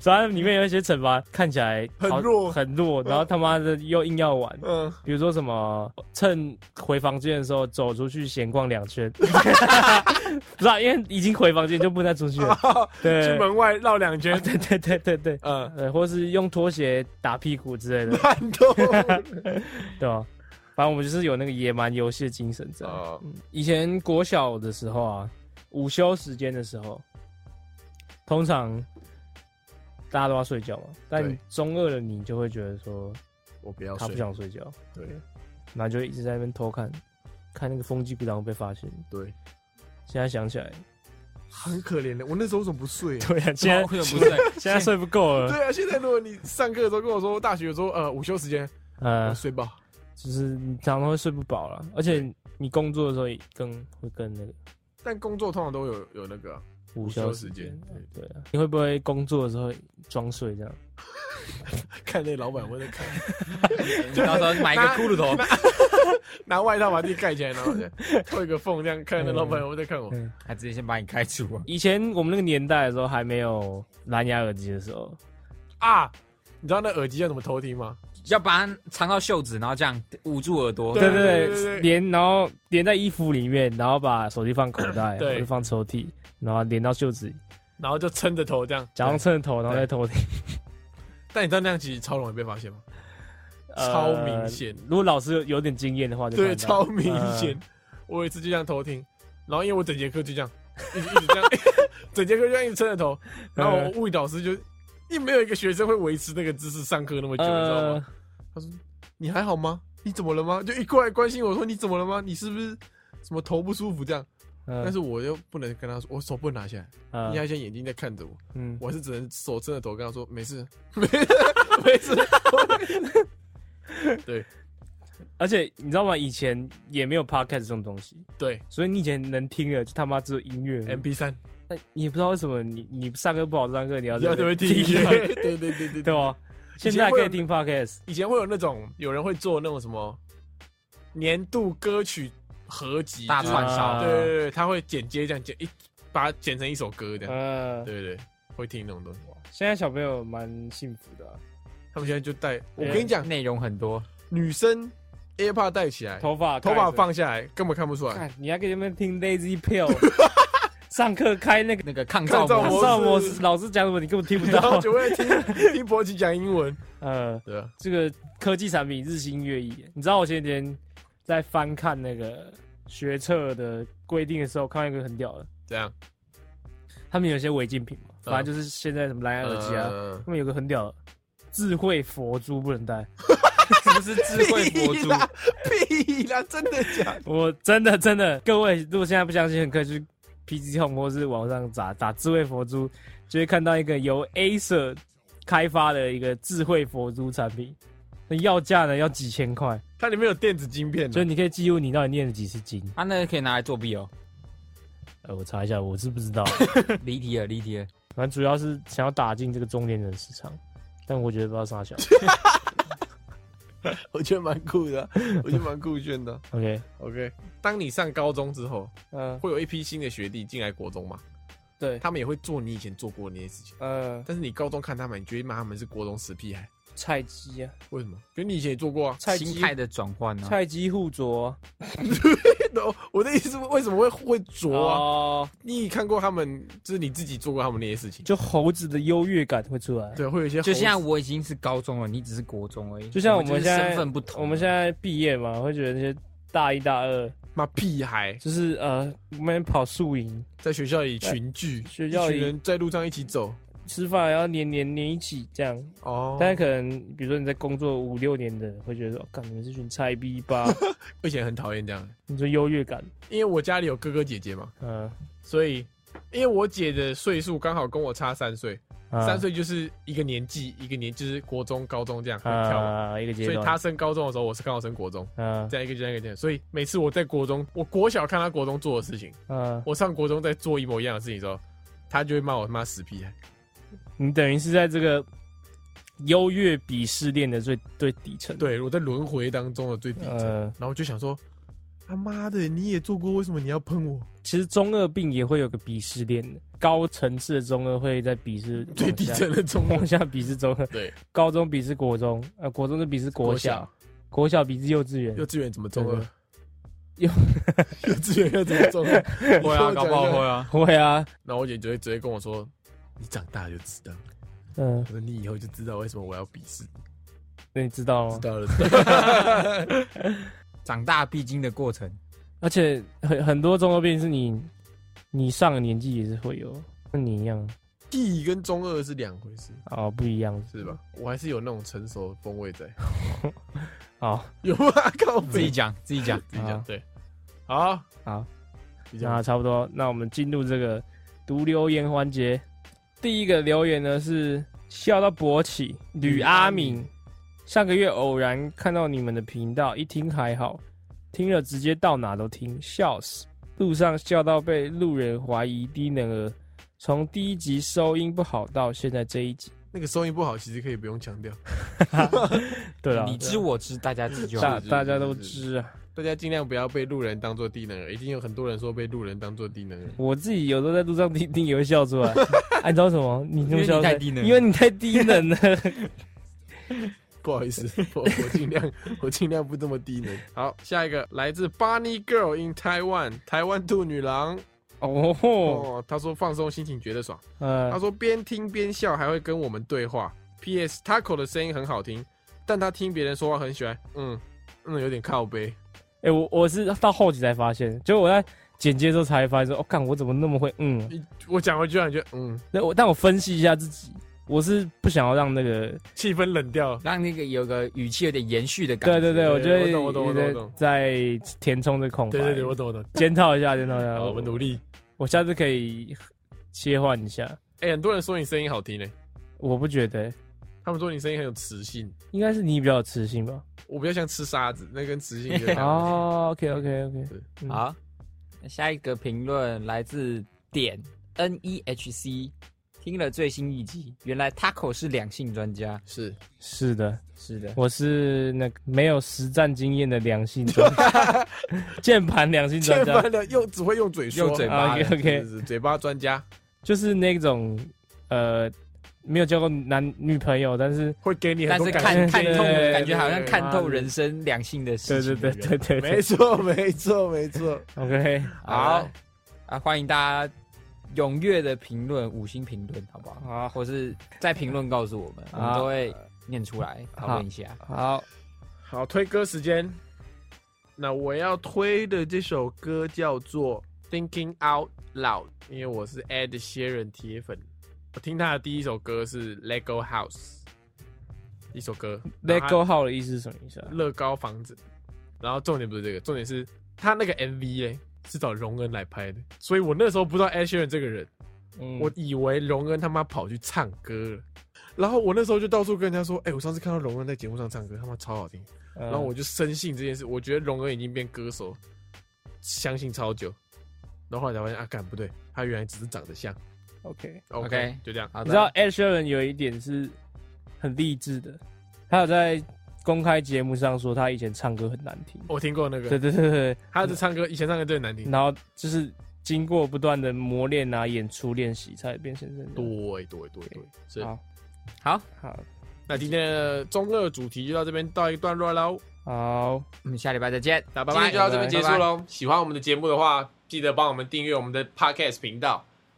S3: 所以它里面有一些惩罚看起来
S1: 很
S3: 好
S1: 弱
S3: 很弱，然后他妈的又硬要玩，
S1: 嗯，
S3: 比如说什么趁回房间的时候走出去闲逛两圈， 不是、啊、因为已经回房间就不能再出 去了，对，
S1: 去啊门外绕两圈
S3: 啊， 对对对对对，
S1: 嗯，
S3: 呃，或是用拖鞋打屁股之类的，
S1: 乱 动。
S3: 对吧、反正我们就是有那个野蛮游戏的精神在。
S1: 哦
S3: 嗯以前国小的时候啊，午休时间的时候，通常大家都要睡觉嘛，但
S1: 对
S3: 中二的你就会觉得说
S1: 我不要
S3: 他不
S1: 睡，
S3: 想睡觉，
S1: 对
S3: 然后就一直在那边偷看，看那个风纪股长被发现。
S1: 对，
S3: 现在想起来，
S1: 很可怜的。我那时候为什么不睡？
S3: 对啊，
S4: 现在不是
S3: 现在睡不够了，
S1: 对啊，现在如果你上课的时候跟我说大学有时候呃午休时间，我
S3: 呃，
S1: 睡吧。
S3: 就是你常常会睡不饱了，而且你工作的时候也更会更那个。
S1: 但工作通常都有有那个啊
S3: 午
S1: 休
S3: 休
S1: 时
S3: 时
S1: 间
S3: 间，对啊，你会不会工作的时候装睡这样？
S1: 看那老板会在看，
S4: 你到时候买一个骷髅头，
S1: 拿外套把自己盖起来，然后透一个缝这样看那老板会在看我。
S4: 他直接先把你开除啊！
S3: 以前我们那个年代的时候还没有蓝牙耳机的时候，
S1: 啊，你知道那耳机要怎么偷听吗？
S4: 要把它藏到袖子，然后这样捂住耳朵。
S1: 对
S3: 对
S1: 对对
S3: 对
S1: 对
S3: 对，连然后连在衣服里面，然后把手机放口袋，
S1: 对
S3: 或者放抽屉，然后连到袖子里，
S1: 然后就撑着头这样。
S3: 假装蹭头，然后再偷听，
S1: 但你知道那样其实超容易被发现吗？
S3: 呃
S1: 超明显
S3: 如果老师有有点经验的话就看
S1: 对，
S3: 得
S1: 超
S3: 到，
S1: 明显。我有一次就这样偷听，然后因为我整节课就这样，一直一直这样， 整节课就这样一直撑着头，然后我物理老师就，因为没有一个学生会维持那个姿势上课那么久，
S3: 呃。
S1: 你知道
S3: 呃
S1: 吗？，他说你还好吗？你怎么了吗？就一过来关心我说你怎么了吗？你是不是什么头不舒服这样？但
S3: 但
S1: 是我又不能跟他说，我手不能拿下来，
S3: 呃
S1: 因为他现在眼睛在看 着我，
S3: 嗯，
S1: 我还是只能手撑着头跟他说没 事，没事，没事。
S3: 而且你知道吗？以前也没有 podcast 这种东西，
S1: 对
S3: 所以你以前能听的就他妈只有音乐。
S1: ，M P 三
S3: 那你也不知道为什么你你上课不好上课，你要
S1: 要
S3: 在
S1: 啊对
S3: 那
S1: 会
S3: 边
S1: 听
S3: 音
S1: 音
S3: 乐
S1: 乐， 对对对对 啊
S3: 对吧？现在还可以听 podcast，
S1: 以前会有那种有人会做那种什么年度歌曲合集，
S4: 大
S1: 就是
S4: 串烧
S1: 对对对，他会剪接这样剪一，把它剪成一首歌这样，
S3: 嗯，
S1: 对对对，会听那种东西。
S3: 现在小朋友蛮幸福的啊，
S1: 他们现在就戴，我跟你讲，
S4: 内容很多，
S1: 女生 AirPod 戴起来，
S3: 头发
S1: 哎头发
S3: 盖着，
S1: 放下来根本看不出来，
S3: 看你还可以在那边听 Lazy Pill，上课开那个
S4: 那个抗
S1: 抗
S4: 噪
S1: 噪模式
S4: 模式
S3: 萨摩斯老师讲什么，你根本听不
S1: 然后
S3: 到。
S1: 就会听 听博奇讲英文，
S3: 呃，
S1: 对啊，
S3: 这个科技产品日新月异。你知道我前几天在翻看那个学测的规定的时候，看到一个很屌的，
S1: 这样。
S3: 他们有些违禁品嘛，
S1: 嗯
S3: 反正就是现在什么蓝牙耳机啊，
S1: 嗯
S3: 他们有个很屌的，智慧佛珠不能戴。
S4: 是不是智慧 佛
S1: 屁
S4: 珠？
S1: 啦屁啦，真的假的？
S3: 我真的真的，各位如果现在不相信，可以去 PC Home 或是网上打打智慧佛珠，就会看到一个由 Acer 开发的一个智慧佛珠产品，那要价呢要几千块，
S1: 它里面有电子晶片啊
S3: 所
S1: 的
S3: 以，你可以记录你到底念了几次经。
S4: 啊，那个可以拿来作弊哦。
S3: 呃，我查一下，我是不知 道，
S4: 离题了，离题了。
S3: 反正主要是想要打进这个中年人市场，但我觉得不知道 啥小。
S1: 我觉得蛮酷的啊，我觉得蛮酷炫的啊。
S3: OK，
S1: OK，当你上高中之后，
S3: 嗯、
S1: 会有一批新的学弟进来国中嘛，
S3: 对，
S1: 他们也会做你以前做过的那些事情，
S3: 呃，
S1: 但是你高中看他们，你觉得骂他们是国中死屁孩，
S3: 菜鸡啊，
S1: 为什么？因为你以前也做过啊。
S3: 菜
S4: 心
S3: 鸡，
S4: 态的转换哦呢？
S3: 菜鸡互啄啊，
S1: No，我的意思是为什么会会浊啊？
S3: 哦
S1: 你看过他们，就是你自己做过他们那些事情，
S3: 就猴子的优越感会出来。
S1: 对，会有一些
S4: 就现在
S1: 猴子
S4: 我已经是高中了，你只是国中而已。
S3: 就像
S4: 我
S3: 我
S4: 就
S3: 们
S4: 是
S3: 现在
S4: 身份不同，
S3: 我们现在毕业嘛，会觉得那些大一、大二，
S1: 骂屁孩，
S3: 就是呃，我们跑宿营、
S1: 在学校里群聚，
S3: 学校
S1: 一
S3: 里
S1: 群人在路上一起走，
S3: 吃饭，然后黏黏黏一起这样。
S1: 哦，
S3: 但是可能，比如说你在工作五六年的，会觉得说，哦干、你们这群菜逼吧，
S1: 我以前很讨厌这样，
S3: 你说优越感，
S1: 因为我家里有哥哥姐姐嘛，
S3: 嗯、
S1: 所以因为我姐的岁数刚好跟我差三岁，
S3: 啊
S1: 三岁就是一个年纪，一个年就是国中、高中这样会跳舞，
S3: 啊，一个阶
S1: 所以
S3: 段，
S1: 她升高中的时候，我是刚好升国中，
S3: 嗯
S1: 这样一个阶段一个阶段，所以每次我在国中，我国小看她国中做的事情，
S3: 嗯，
S1: 我上国中在做一模一样的事情的时候，她就会骂我他妈死屁孩，
S3: 你等于是在这个优越鄙视链的最最底层，，
S1: 对我在轮回当中的最底层，
S3: 呃，
S1: 然后我就想说，他妈的你也做过，为什么你要喷我？
S3: 其实中二病也会有个鄙视链的，高层次的中二会在鄙视
S1: 最底层的 中
S3: 往下鄙视中二，
S1: 对，
S3: 高中鄙视国中，呃，国中就鄙视国小，国小鄙视幼稚园
S1: 幼，稚园怎么中
S3: 真
S1: 二
S3: 的？幼
S1: 幼稚园又怎么中二？
S4: 会啊，搞不好会
S1: 啊。
S4: 啊。
S3: 会啊，
S1: 然后我姐就会直接跟我说：“你长大就知道。”
S3: 嗯、
S1: 我说：“你以后就知道为什么我要鄙视。
S3: 那你知”道
S1: 知
S3: 吗？
S1: 道了， 知道了。
S4: 长大必经的过程，
S3: 而且很很多中二病是你，你上了年纪也是会有，跟你一样
S1: 地跟中二是两回事，
S3: 哦，不一样
S1: 是吧？我还是有那种成熟的风味在。
S3: 好，
S1: 有啊，靠
S4: 自己
S1: 背
S4: 讲，自己讲。
S1: 自己讲
S3: 好
S1: 对。好，
S3: 好，
S1: 就这样
S3: 那差不多，那我们进入这个读留言环节。第一个留言呢是笑到勃起，吕阿敏。上个月偶然看到你们的频道，一听还好，听了直接到哪都听，笑死！路上笑到被路人怀疑低能儿，从第一集收音不好到现在这一集。
S1: 那个收音不好，其实可以不用强调，
S3: 对啊，
S4: 你
S3: 对啊
S4: 知我知，大家知就好
S3: 大。
S1: 是
S3: 大家都
S1: 是是
S3: 知啊。
S1: 大家尽量不要被路人当做低能儿。已经有很多人说被路人当做低能儿，
S3: 我自己有时候在路上听听也会笑出 来，啊你知道什么？你怎么笑出来
S4: 因为你太低能了
S3: 因为你太低能了。
S1: 不好意 思，我我尽量我尽量不这么低能。好，下一个来自 Bunny Girl in Taiwan，台湾兔女郎
S3: 哦吼，
S1: 哦，她说放松心情觉得爽，她
S3: 呃，
S1: 说边听边笑，还会跟我们对话。P.S. Taco 的声音很好听，但她听别人说话很喜欢，嗯嗯，有点靠背。
S3: 哎、我我是到后期才发现，就我在剪接的时候才发现说，哦，干，我怎么那么会嗯？
S1: 我讲回去感觉嗯，
S3: 那我但我分析一下自己，我是不想要让那个，
S1: 气氛冷掉。
S4: 让那个有个语气有点延续的感
S3: 对
S4: 觉。
S3: 对对，我觉得
S1: 我懂我懂我懂我
S3: 在
S1: 懂
S3: 在填充这空白，
S1: 对对对，我懂我懂。
S3: 检讨一下，检讨一下，
S1: 好，我们努力。
S3: 我下次可以切换一下，
S1: 哎、很多人说你声音好听呢、欸
S3: 我不觉得、
S1: 他们说你声音很有磁性。
S3: 应该是你比较有磁性吧？
S1: 我比较像吃沙子，那跟磁性有点像
S3: 哦，OK OK OK，嗯
S4: 好，那下一个评论来自点 N E H C，听了最新一集，原来 Taco 是两性专家。
S1: 是
S3: 是的，
S4: 是的，
S3: 我是那个没有实战经验的良性专家， 键盘良性专
S1: 键
S3: 家
S1: 盘，的又只会用嘴说，啊
S4: 用嘴巴
S3: ，OK
S4: 的
S3: OK
S1: 是。是嘴巴专家
S3: 就是那种呃，没有交过男女朋友，但是
S1: 会给你很
S4: 但
S1: 多
S4: 是
S1: 感
S4: 看
S1: 觉
S4: 看
S3: 对
S4: 透，
S3: 对对
S4: 感觉好像
S1: 对
S4: 看透人生两性的
S3: 对
S4: 事
S3: 对
S1: 啊
S4: 情的
S3: 对
S4: 人。
S3: 对对 对
S1: 没错没错没错，
S3: ，OK，
S4: 好
S1: 好
S4: 啊，欢迎大家踊跃的评论，五星评论，好不好？
S3: 好
S4: 或是在评论告诉我们，我们
S3: 好
S4: 都会念出来讨论一下。
S3: 好，
S1: 好，推歌时间。那我要推的这首歌叫做《Thinking Out Loud》，因为我是 Ed Sheeran 铁粉。我听他的第一首歌是《Lego House》，一首歌。
S3: l e
S1: 然
S3: t
S1: 后
S3: Go 号的意思是什么意思啊
S1: 他？乐高房子。然后重点不是这个，重点是他那个 MV 哎是找荣恩来拍的，所以我那时候不知道 Ed Sheeran 这个人，
S3: 嗯
S1: 我以为荣恩他妈跑去唱歌了。然后我那时候就到处跟人家说，哎、我上次看到荣恩在节目上唱歌，他妈超好听。
S3: 嗯
S1: 然后我就深信这件事，我觉得荣恩已经变歌手，相信超久。然后后来才发现啊，干不对，他原来只是长得像。
S3: OK，
S1: OK，,
S4: OK
S1: 就这样。
S4: 好
S3: 你知道
S4: 的，
S3: Ed Sheeran 有一点是很励志的，他有在公开节目上说他以前唱歌很难听。
S1: 我听过那个
S3: 对，对对对，
S1: 他是唱歌，以前唱歌真的难听。
S3: 然后就是经过不断的磨练啊、演出练习，才变成这样。
S1: 对对对对，是。
S3: 好，
S4: 好，
S3: 好，
S1: 那今天的中二主题就到这边到一段落喽，
S3: 好，
S4: 我们下礼拜再见。
S1: 那拜拜，
S3: 今天就到这边
S4: 结束
S1: 喽。喜欢我们的节目的话，记得帮我们订阅我们的 Podcast 频道，